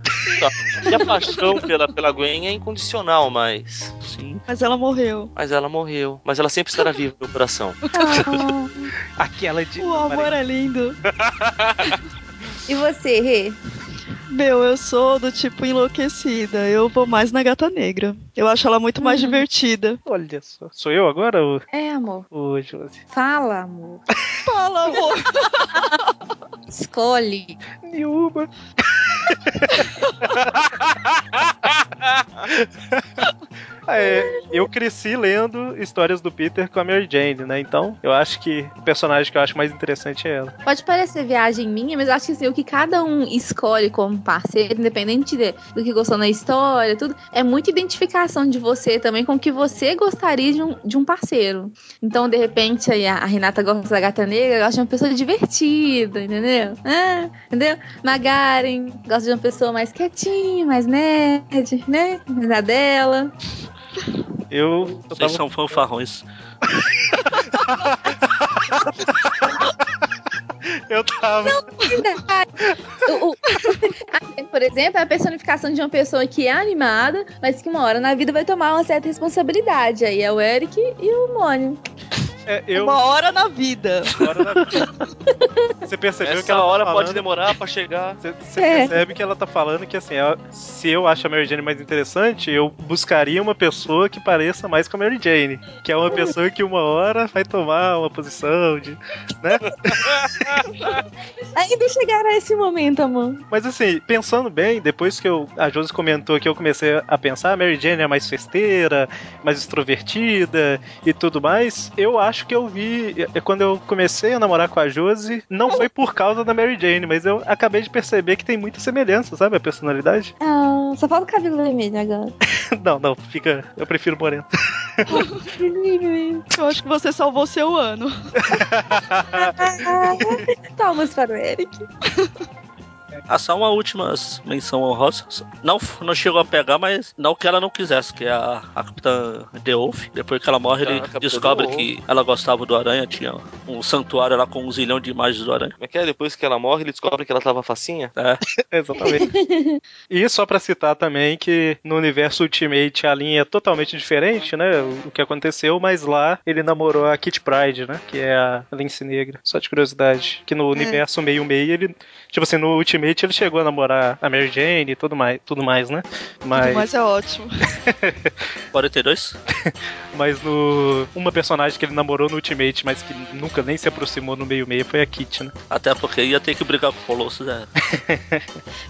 S2: E a paixão pela, pela Gwen é incondicional, mas.
S8: Sim.
S6: Mas ela morreu.
S2: Mas ela morreu. Mas ela sempre estará viva no meu coração.
S4: <laughs> Ah.
S3: Aquela de.
S6: O amor é lindo.
S4: e você, Rê?
S6: Meu, eu sou do tipo enlouquecida. Eu vou mais na gata negra. Eu acho ela muito mais
S4: Uhum.
S6: divertida.
S2: é-
S3: Olha só. Sou eu agora, ô,
S4: É, amor.
S3: ô Josi?
S4: Fala, amor.
S6: Fala, amor.
S4: Escolhe.
S3: Nenhuma. <laughs> É, eu cresci lendo histórias do Peter com a Mary Jane, né? Então, eu acho que o personagem que eu acho mais interessante é ela.
S4: Pode parecer viagem minha, mas acho que assim, o que cada um escolhe como parceiro, independente de- do que gostou na história, tudo, é muita identificação de você também com o que você gostaria de um, de um parceiro. Então, de repente, aí a, a Renata gosta da gata negra, gosta de uma pessoa divertida, entendeu? Ah, entendeu? Magaren gosta de uma pessoa mais quietinha, mais nerd, né? Mais na dela.
S3: Eu, eu
S2: Então
S5: Vocês são
S3: tava
S5: fanfarrões.
S3: Eu tava.
S4: O- o- <laughs> a- por exemplo, é a personificação de uma pessoa que é animada, mas que uma hora na vida vai tomar uma certa responsabilidade. Aí é o Eric e o Mônio.
S3: É, eu.
S6: Uma hora na vida.
S3: Agora na vida. Você percebeu que
S2: Essa
S3: ela
S2: hora
S3: tá
S2: pode
S3: falando-
S2: demorar pra chegar.
S3: Você você
S4: É.
S3: percebe que ela tá falando que assim, ela- se eu acho a Mary Jane mais interessante, eu buscaria uma pessoa que pareça mais com a Mary Jane. Que é uma pessoa que uma hora vai tomar uma posição de. né?
S4: <laughs> Ainda chegar a esse momento, amor.
S3: Mas assim, pensando bem, depois que eu, a Josi comentou que eu comecei a pensar, a Mary Jane é mais festeira, mais extrovertida e tudo mais, eu acho que eu vi, é, quando eu comecei a namorar com a Josi, não foi por causa da Mary Jane, mas eu acabei de perceber que tem muita semelhança, sabe, a personalidade? <laughs>
S4: Ah, só falta o cabelo vermelho agora.
S3: Não, não, fica, eu prefiro moreno.
S4: Que lindo.
S6: Eu acho que você salvou seu ano.
S4: Ah, <laughs> Palmas para o Eric.
S5: Ah, só uma última menção honrosa. Não, não chegou a pegar, mas não que ela não quisesse, que é a, a Capitã The Wolf, depois que ela morre,
S2: Ah,
S5: ele
S2: Capitã
S5: descobre
S2: DeWolf.
S5: que ela gostava do Aranha, tinha um santuário lá com um zilhão de imagens do Aranha. É,
S2: Como é que é? Depois que ela morre, ele descobre que ela tava facinha?
S3: <laughs> Exatamente. <laughs> E só pra citar também que no universo Ultimate a linha é totalmente diferente, né? O que aconteceu, mas lá ele namorou a Kit Pride, né? Que é a Lince Negra. Só de curiosidade. Que no universo meio-meio ele. Tipo assim, no Ultimate ele chegou a namorar a Mary Jane e tudo mais, tudo mais né? Mas,
S6: Mas... é ótimo.
S5: 42?
S3: mas no. Uma personagem que ele namorou no Ultimate, mas que nunca nem se aproximou no meio-meio foi a Kit, né?
S5: Até porque ia ter que brigar com o Colossus, né?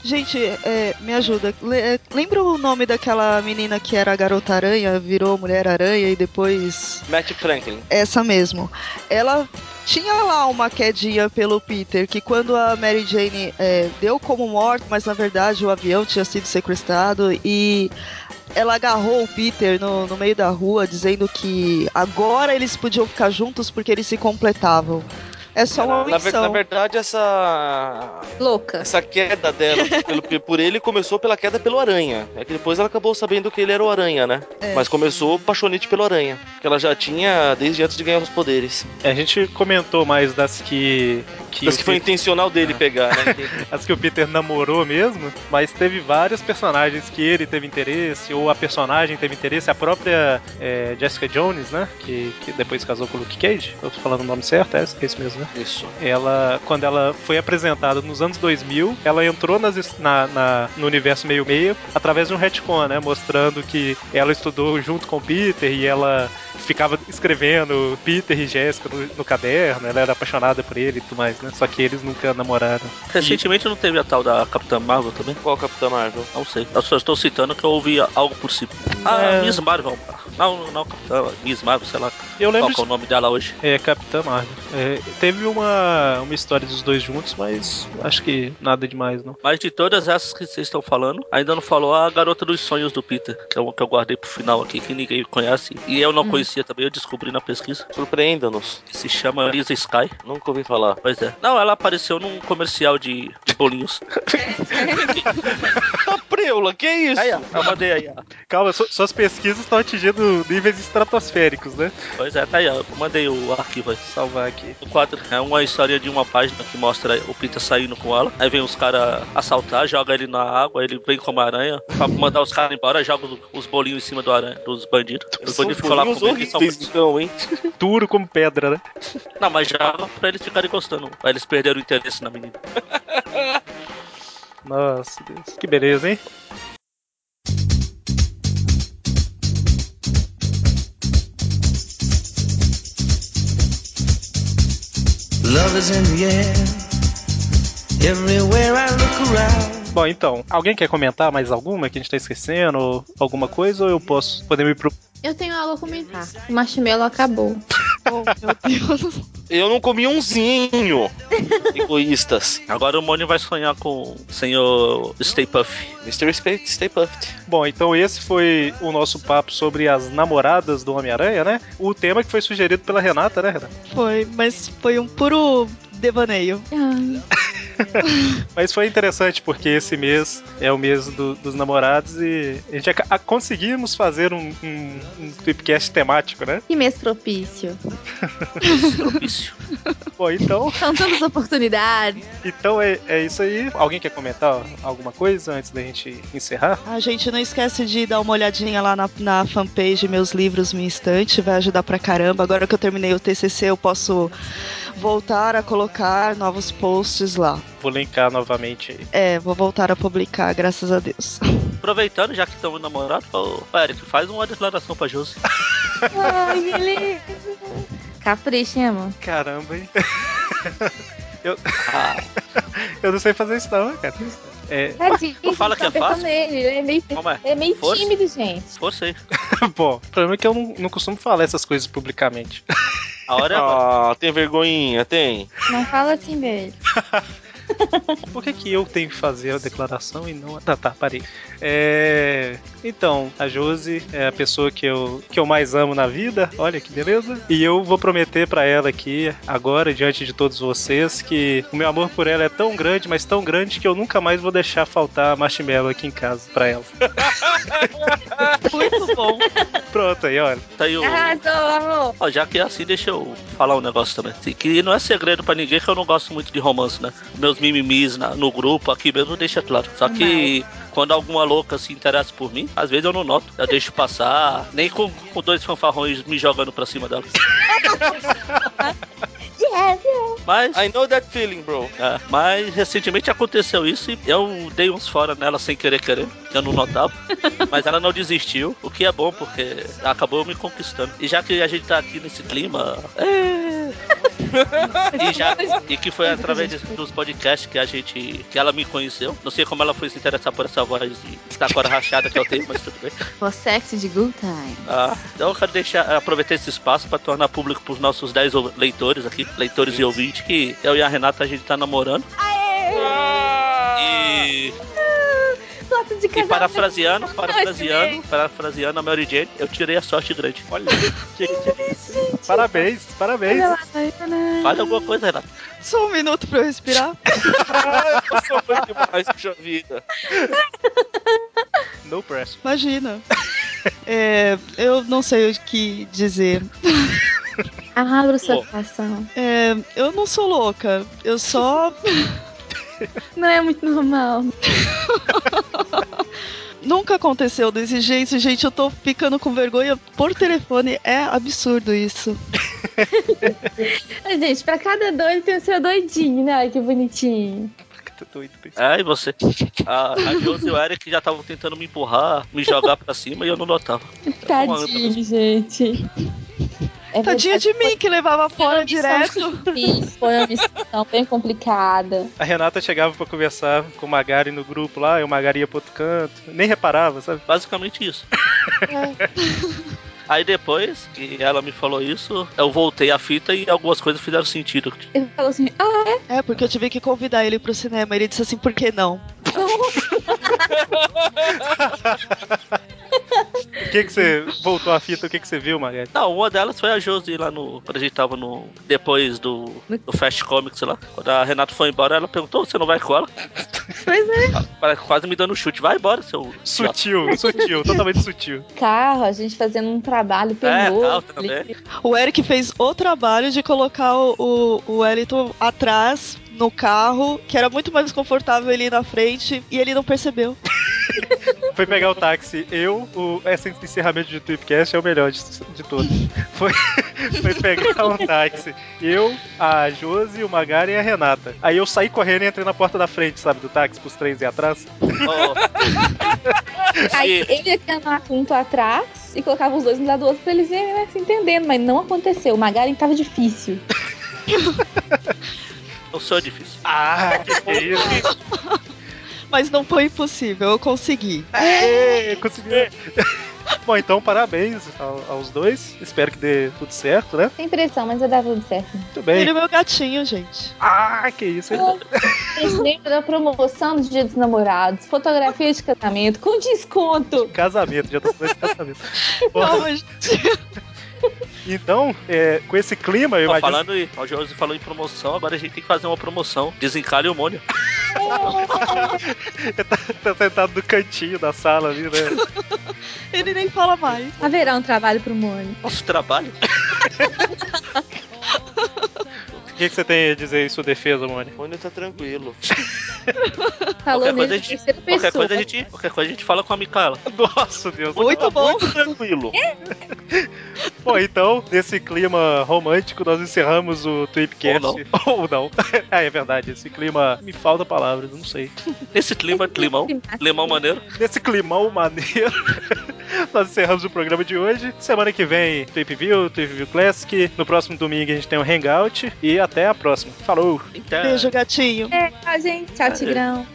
S6: Gente, é, me ajuda. Le- é, lembra o nome daquela menina que era a garota aranha, virou mulher aranha e depois
S2: Matt Franklin.
S6: essa mesmo. Ela tinha lá uma quedinha pelo Peter, que quando a Mary Jane é, deu como morta, mas na verdade o avião tinha sido sequestrado e ela agarrou o Peter no, no meio da rua, dizendo que agora eles podiam ficar juntos porque eles se completavam. É só uma
S2: na, ver-
S6: menção.
S2: na verdade, essa.
S4: <laughs> Louca.
S2: Essa queda dela pelo- por ele começou pela queda pelo Aranha. É que depois ela acabou sabendo que ele era o Aranha, né?
S6: É.
S2: Mas começou paixonite pelo Aranha. Que ela já tinha desde antes de ganhar os poderes.
S3: É, A gente comentou mais das que. que
S2: Mas
S3: o
S2: que foi
S3: Peter-
S2: intencional dele pegar, né?
S3: as que o Peter namorou mesmo, mas teve vários personagens que ele teve interesse, ou a personagem teve interesse, a própria é, Jessica Jones, né? Que, que depois casou com o Luke Cage. Eu tô falando o nome certo, é, é isso mesmo, né?
S2: Isso.
S3: Ela, quando ela foi apresentada nos anos 2000, ela entrou nas es- na, na- no universo meio-meio através de um retcon, né? Mostrando que ela estudou junto com o Peter e ela ficava escrevendo Peter e Jéssica no, no caderno, ela era apaixonada por ele e tudo mais, né? Só que eles nunca namoraram.
S5: Recentemente não teve a tal da Capitã Marvel também?
S2: Qual Capitã Marvel?
S5: Não sei. Eu só estou citando que eu ouvi algo por cima. Ah,
S3: É.
S5: Miss Marvel. Não, não, Capitã Miss Marvel, sei lá
S3: Eu lembro
S5: qual que é o nome dela hoje.
S3: É, Capitã Marvel. É, teve uma, uma história dos dois juntos, mas acho que nada demais, não.
S5: Mas de todas essas que vocês estão falando, ainda não falou a Garota dos Sonhos do Peter, que é uma que eu guardei pro final aqui, que ninguém conhece. E eu não
S2: Hum.
S5: conhecia também, eu descobri na pesquisa,
S2: Surpreenda-nos.
S5: que se chama Lisa Sky.
S2: Nunca ouvi falar.
S5: Pois é. Não, ela apareceu num comercial de,
S2: <laughs>
S5: de bolinhos.
S2: A Preula, que isso?
S5: Aí, ó, eu mandei aí, ó.
S3: Calma, su- suas pesquisas estão atingindo níveis estratosféricos, né?
S5: Pois é, tá aí, ó. Eu mandei o arquivo aí.
S3: Vou salvar aqui.
S5: O quadro é uma história de uma página que mostra o Peter saindo com ela. Aí vem os caras assaltar, joga ele na água, ele vem como aranha. Pra mandar os caras embora, joga os- os bolinhos em cima do aranha, dos bandidos. Os
S2: São
S5: bandidos ficam lá
S2: bolinhos
S5: comendo e são
S2: horríveis, então, hein?
S3: Duro como pedra, né?
S5: Não, mas já pra eles ficarem gostando. Aí eles perderam o interesse na menina.
S3: Nossa, Deus. Que beleza, hein?
S12: Love is in the air. Everywhere I look around.
S3: Bom, então, alguém quer comentar mais alguma que a gente tá esquecendo? Ou alguma coisa? Ou eu posso poder me pro...
S4: Eu tenho algo a comentar. O marshmallow acabou.
S6: Oh, meu Deus. <laughs>
S2: Eu não comi umzinho. <laughs> Egoístas.
S5: Agora o Mônio vai sonhar com o senhor Stay Puff.
S2: Mr. Spade, stay puffed.
S3: Bom, então esse foi o nosso papo sobre as namoradas do Homem-Aranha, né? O tema que foi sugerido pela Renata, né, Renata?
S6: Foi, mas foi um puro devaneio.
S4: Ah,
S3: Mas foi interessante porque esse mês é o mês do- dos namorados e a gente aca- a- conseguimos fazer um, um, um tripcast temático, né? <laughs>
S4: que mês propício.
S5: Propício.
S3: Bom, então,
S4: São tantas oportunidades.
S3: então é, é isso aí. Alguém quer comentar alguma coisa antes da gente encerrar?
S6: A gente não esquece de dar uma olhadinha lá na, na fanpage Meus Livros Minha Estante, vai ajudar pra caramba. Agora que eu terminei o TCC, eu posso voltar a colocar novos posts lá.
S3: Vou linkar novamente aí.
S6: É, vou voltar a publicar, graças a Deus. <laughs>
S5: Aproveitando, já que estamos namorados, ô, Eric, faz uma declaração pra Josi.
S4: Ai, beleza. Capricha, hein, amor?
S3: Caramba, hein? Eu,
S5: Ah,
S3: eu não sei fazer isso não, cara. <laughs> É,
S4: Tadinho,
S5: fala
S4: vocês
S5: que é
S4: estão pensando
S5: fácil?
S4: nele. Ele é meio,
S5: Como é?
S4: ele é meio
S5: Força.
S4: tímido, gente.
S5: Força aí.
S3: bom, o problema é que eu não, não costumo falar essas coisas publicamente.
S5: A hora é agora.
S2: Ah, tem vergonhinha, tem.
S4: Não fala assim dele.
S3: Por que, que eu tenho que fazer a declaração e não. a- Tá, tá, parei. É, Então, a Josi é a pessoa que eu, que eu mais amo na vida, olha que beleza. E eu vou prometer pra ela aqui, agora, diante de todos vocês, que o meu amor por ela é tão grande, mas tão grande, que eu nunca mais vou deixar faltar marshmallow aqui em casa pra ela. <laughs>
S5: Muito bom.
S3: Pronto aí, olha.
S5: Tá aí o.
S4: Arrasou, amor.
S5: Ó, já que é assim, deixa eu falar um negócio também. Assim, que não é segredo pra ninguém que eu não gosto muito de romance, né? Meus mimimis na- no grupo aqui mesmo deixa claro. Só que quando alguma louca se interessa por mim, às vezes eu não noto. Eu deixo passar, nem com, com dois fanfarrões me jogando pra cima dela.
S4: Yes.
S5: Mas.
S2: I know that feeling, bro.
S5: é, mas recentemente aconteceu isso e eu dei uns fora nela sem querer querer, que eu não notava. mas ela não desistiu, o que é bom porque acabou me conquistando. E já que a gente tá aqui nesse clima, é. E, já, e que foi através de- dos podcasts que a gente. que ela me conheceu. Não sei como ela foi se interessar por essa voz de estacora rachada que eu tenho, mas tudo bem.
S13: O sexo de good time.
S5: Ah, então eu quero deixar, aproveitar esse espaço para tornar público pros nossos 10 ou- leitores aqui, leitores e ouvintes, que eu e a Renata a gente tá namorando. E,
S4: Plato de
S5: e
S4: casamento.
S5: parafraseando,
S4: Não,
S5: parafraseando, parafraseando a Mary Jane, eu tirei a sorte grande. Olha,
S3: Parabéns, parabéns.
S4: Olha lá, Sayonara.
S5: faz alguma coisa, Renata.
S6: Só um minuto pra eu respirar.
S2: Eu sou bom demais, puxa vida.
S3: No pressure. <laughs>
S6: Imagina. É, eu não sei o que dizer.
S4: Abra o seu
S2: Pô.
S4: coração.
S6: É, eu não sou louca. Eu só
S4: Não é muito normal.
S6: Nunca aconteceu desse jeito, gente. Eu tô ficando com vergonha por telefone. É absurdo isso.
S4: Mas, Gente, pra cada doido tem o seu doidinho, né? Olha que bonitinho.
S3: Tô doido pra isso.
S5: É, e você? A, a Josi e o Eric já estavam tentando me empurrar, me jogar pra cima e eu não notava.
S4: Tadinho, gente. É
S6: Tadinha de mim que levava fora direto.
S4: Isso, foi uma missão bem complicada.
S3: A Renata chegava pra conversar com o Magari no grupo lá, e o Magari ia pro outro canto. Nem reparava, sabe?
S5: Basicamente isso. Aí depois que ela me falou isso, eu voltei a fita e algumas coisas fizeram sentido.
S4: Ele falou assim: ah,
S6: É, porque eu tive que convidar ele pro cinema. Ele disse assim, por que não?
S3: O que que você voltou a fita? O que que você viu, Magari?
S5: Não, uma delas foi a Josi lá no. Quando a gente tava no. Depois do. do Fast Comics lá. Quando a Renata foi embora, ela perguntou: você não vai com ela?
S4: pois é.
S5: Ela Quase me dando um chute. Vai
S4: <laughs>
S5: embora, seu. idiota."
S3: Sutil, sutil, totalmente sutil.
S4: Carro, a gente fazendo um trabalho
S5: É, carro
S4: penoso.
S5: também.
S4: ali.
S6: O Eric fez o trabalho de colocar o, o, o Wellington atrás no carro, que era muito mais confortável ele ir na frente, e ele não percebeu.
S3: Foi pegar o táxi. Eu, o, esse encerramento de Tweepcast é o melhor de, de todos. Foi, <laughs> foi pegar um táxi. Eu, a Josi, o Magari e a Renata. Aí eu saí correndo e entrei na porta da frente, sabe, do táxi, pros três e atrás.
S4: Aí ele ia ficar no assunto atrás e colocava os dois um do lado do outro pra eles irem né, se entendendo, mas não aconteceu. O Magaren tava difícil.
S8: Eu
S5: é
S8: sou difícil.
S3: Ah, que que é isso?
S6: Mas não foi impossível, eu consegui.
S3: Aê, conseguiu. <laughs> Bom, então parabéns ao- aos dois. Espero que dê tudo certo, né?
S4: Sem pressão, mas vai dar tudo certo.
S3: Muito
S6: Ele é
S3: bem.
S6: meu gatinho, gente.
S3: Ah, que isso.
S6: <laughs>
S3: hein?
S8: <laughs>
S4: Vocês lembram da promoção do Dia dos Namorados? Fotografia de casamento com desconto.
S3: Casamento, já tô com
S6: <laughs>
S3: esse casamento. Bom,
S6: Calma, gente.
S3: então, é, com esse clima, eu
S5: Tá
S8: Ó,
S3: imagino.
S8: falando em, o Jose falou em promoção, agora a gente tem que fazer uma promoção. Desencalhe o homônio.
S3: Tá sentado no cantinho da sala
S6: <laughs>
S3: ali, né?
S6: Ele nem fala mais.
S4: Haverá um trabalho pro Mônio.
S8: Nosso trabalho.
S3: O que, que você tem a dizer em sua
S2: <laughs>
S3: defesa, Mônica?
S2: O Mônio tá tranquilo.
S4: Falou
S8: Qualquer coisa
S4: mesmo
S8: a
S4: em
S8: gente-
S4: terceira pessoa.
S8: Qualquer coisa, a gente, qualquer coisa a gente fala com a Micaela.
S3: Nossa, Deus.
S6: Muito bom.
S2: Tranquilo.
S3: Bom, então, nesse clima romântico, nós encerramos o Tripcast.
S8: Ou
S3: <laughs> Ou não. ah, é verdade. Esse clima. Me falta palavras, não sei.
S8: Nesse clima, limão. Limão maneiro.
S3: Nesse climão maneiro, <laughs> nós encerramos o programa de hoje. Semana que vem, Trip View, Trip View Classic. No próximo domingo a gente tem um Hangout. E até a próxima. Falou!
S8: Então,
S6: Beijo, gatinho.
S4: É, tchau, gente. Tchau, Tigrão.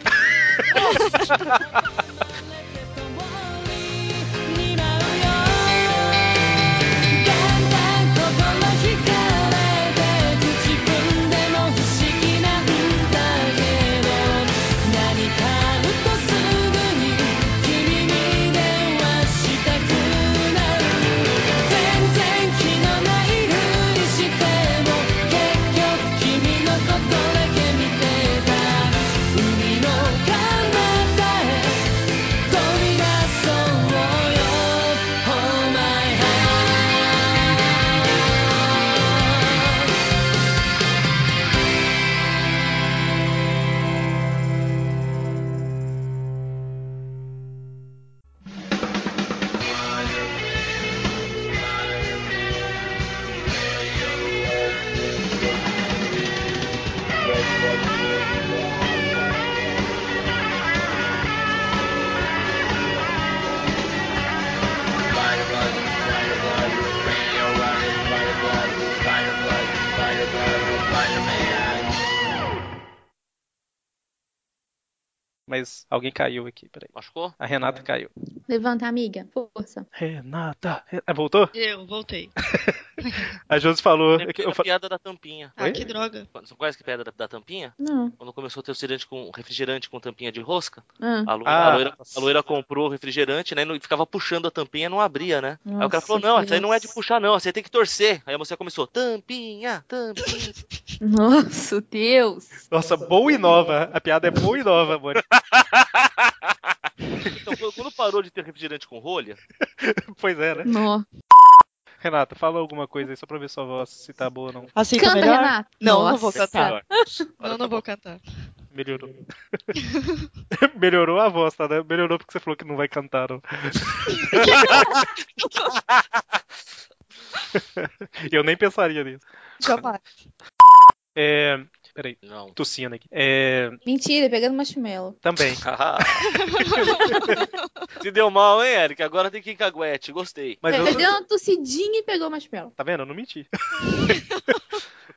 S3: Mas alguém caiu aqui, peraí.
S2: Machucou?
S3: A Renata caiu.
S4: Levanta, amiga. Força.
S3: Renata! Re- Ah, voltou?
S6: Eu, voltei.
S3: A Josi falou.
S2: Lembrei
S3: eu
S2: da
S3: fa-
S2: piada da tampinha.
S6: Ah,
S3: Oi?
S6: que droga.
S2: Você conhece que é piada da, da tampinha?
S4: Não.
S2: Quando começou a ter o refrigerante com, refrigerante com tampinha de rosca,
S4: Ah.
S2: a loira,
S3: Ah.
S2: a loira- a loira comprou o refrigerante, né? E não- ficava puxando a tampinha não abria, né? aí o cara falou, não, essa aí não é de puxar, não, essa aí tem que torcer. Aí a moça começou, tampinha, tampinha.
S4: Nossa, Deus.
S3: Nossa, boa e nova. A piada é boa e nova, Mônica.
S2: então, quando- quando parou de ter refrigerante com rolha,
S3: <laughs> pois é, né?
S4: Nossa.
S3: Renata, fala alguma coisa aí só pra ver sua voz se tá boa ou não.
S6: Assim tá
S4: Canta,
S6: melhor?
S4: Renato.
S6: Não,
S4: Nossa.
S6: não vou cantar.
S2: Agora
S6: Não, não vou cantar.
S3: Melhorou. <laughs> Melhorou a voz, tá? Né? Melhorou porque você falou que não vai cantar, não. <laughs> Eu nem pensaria nisso.
S6: Jamais.
S3: É. Peraí,
S8: Não.
S3: tossindo aqui. É.
S4: Mentira, pegando marshmallow.
S3: Também.
S2: se deu mal, hein, Eric? Agora tem que ir caguete, gostei.
S4: É.
S3: Mas eu.
S4: Perdeu uma tossidinha e pegou marshmallow.
S3: Tá vendo? Eu não menti.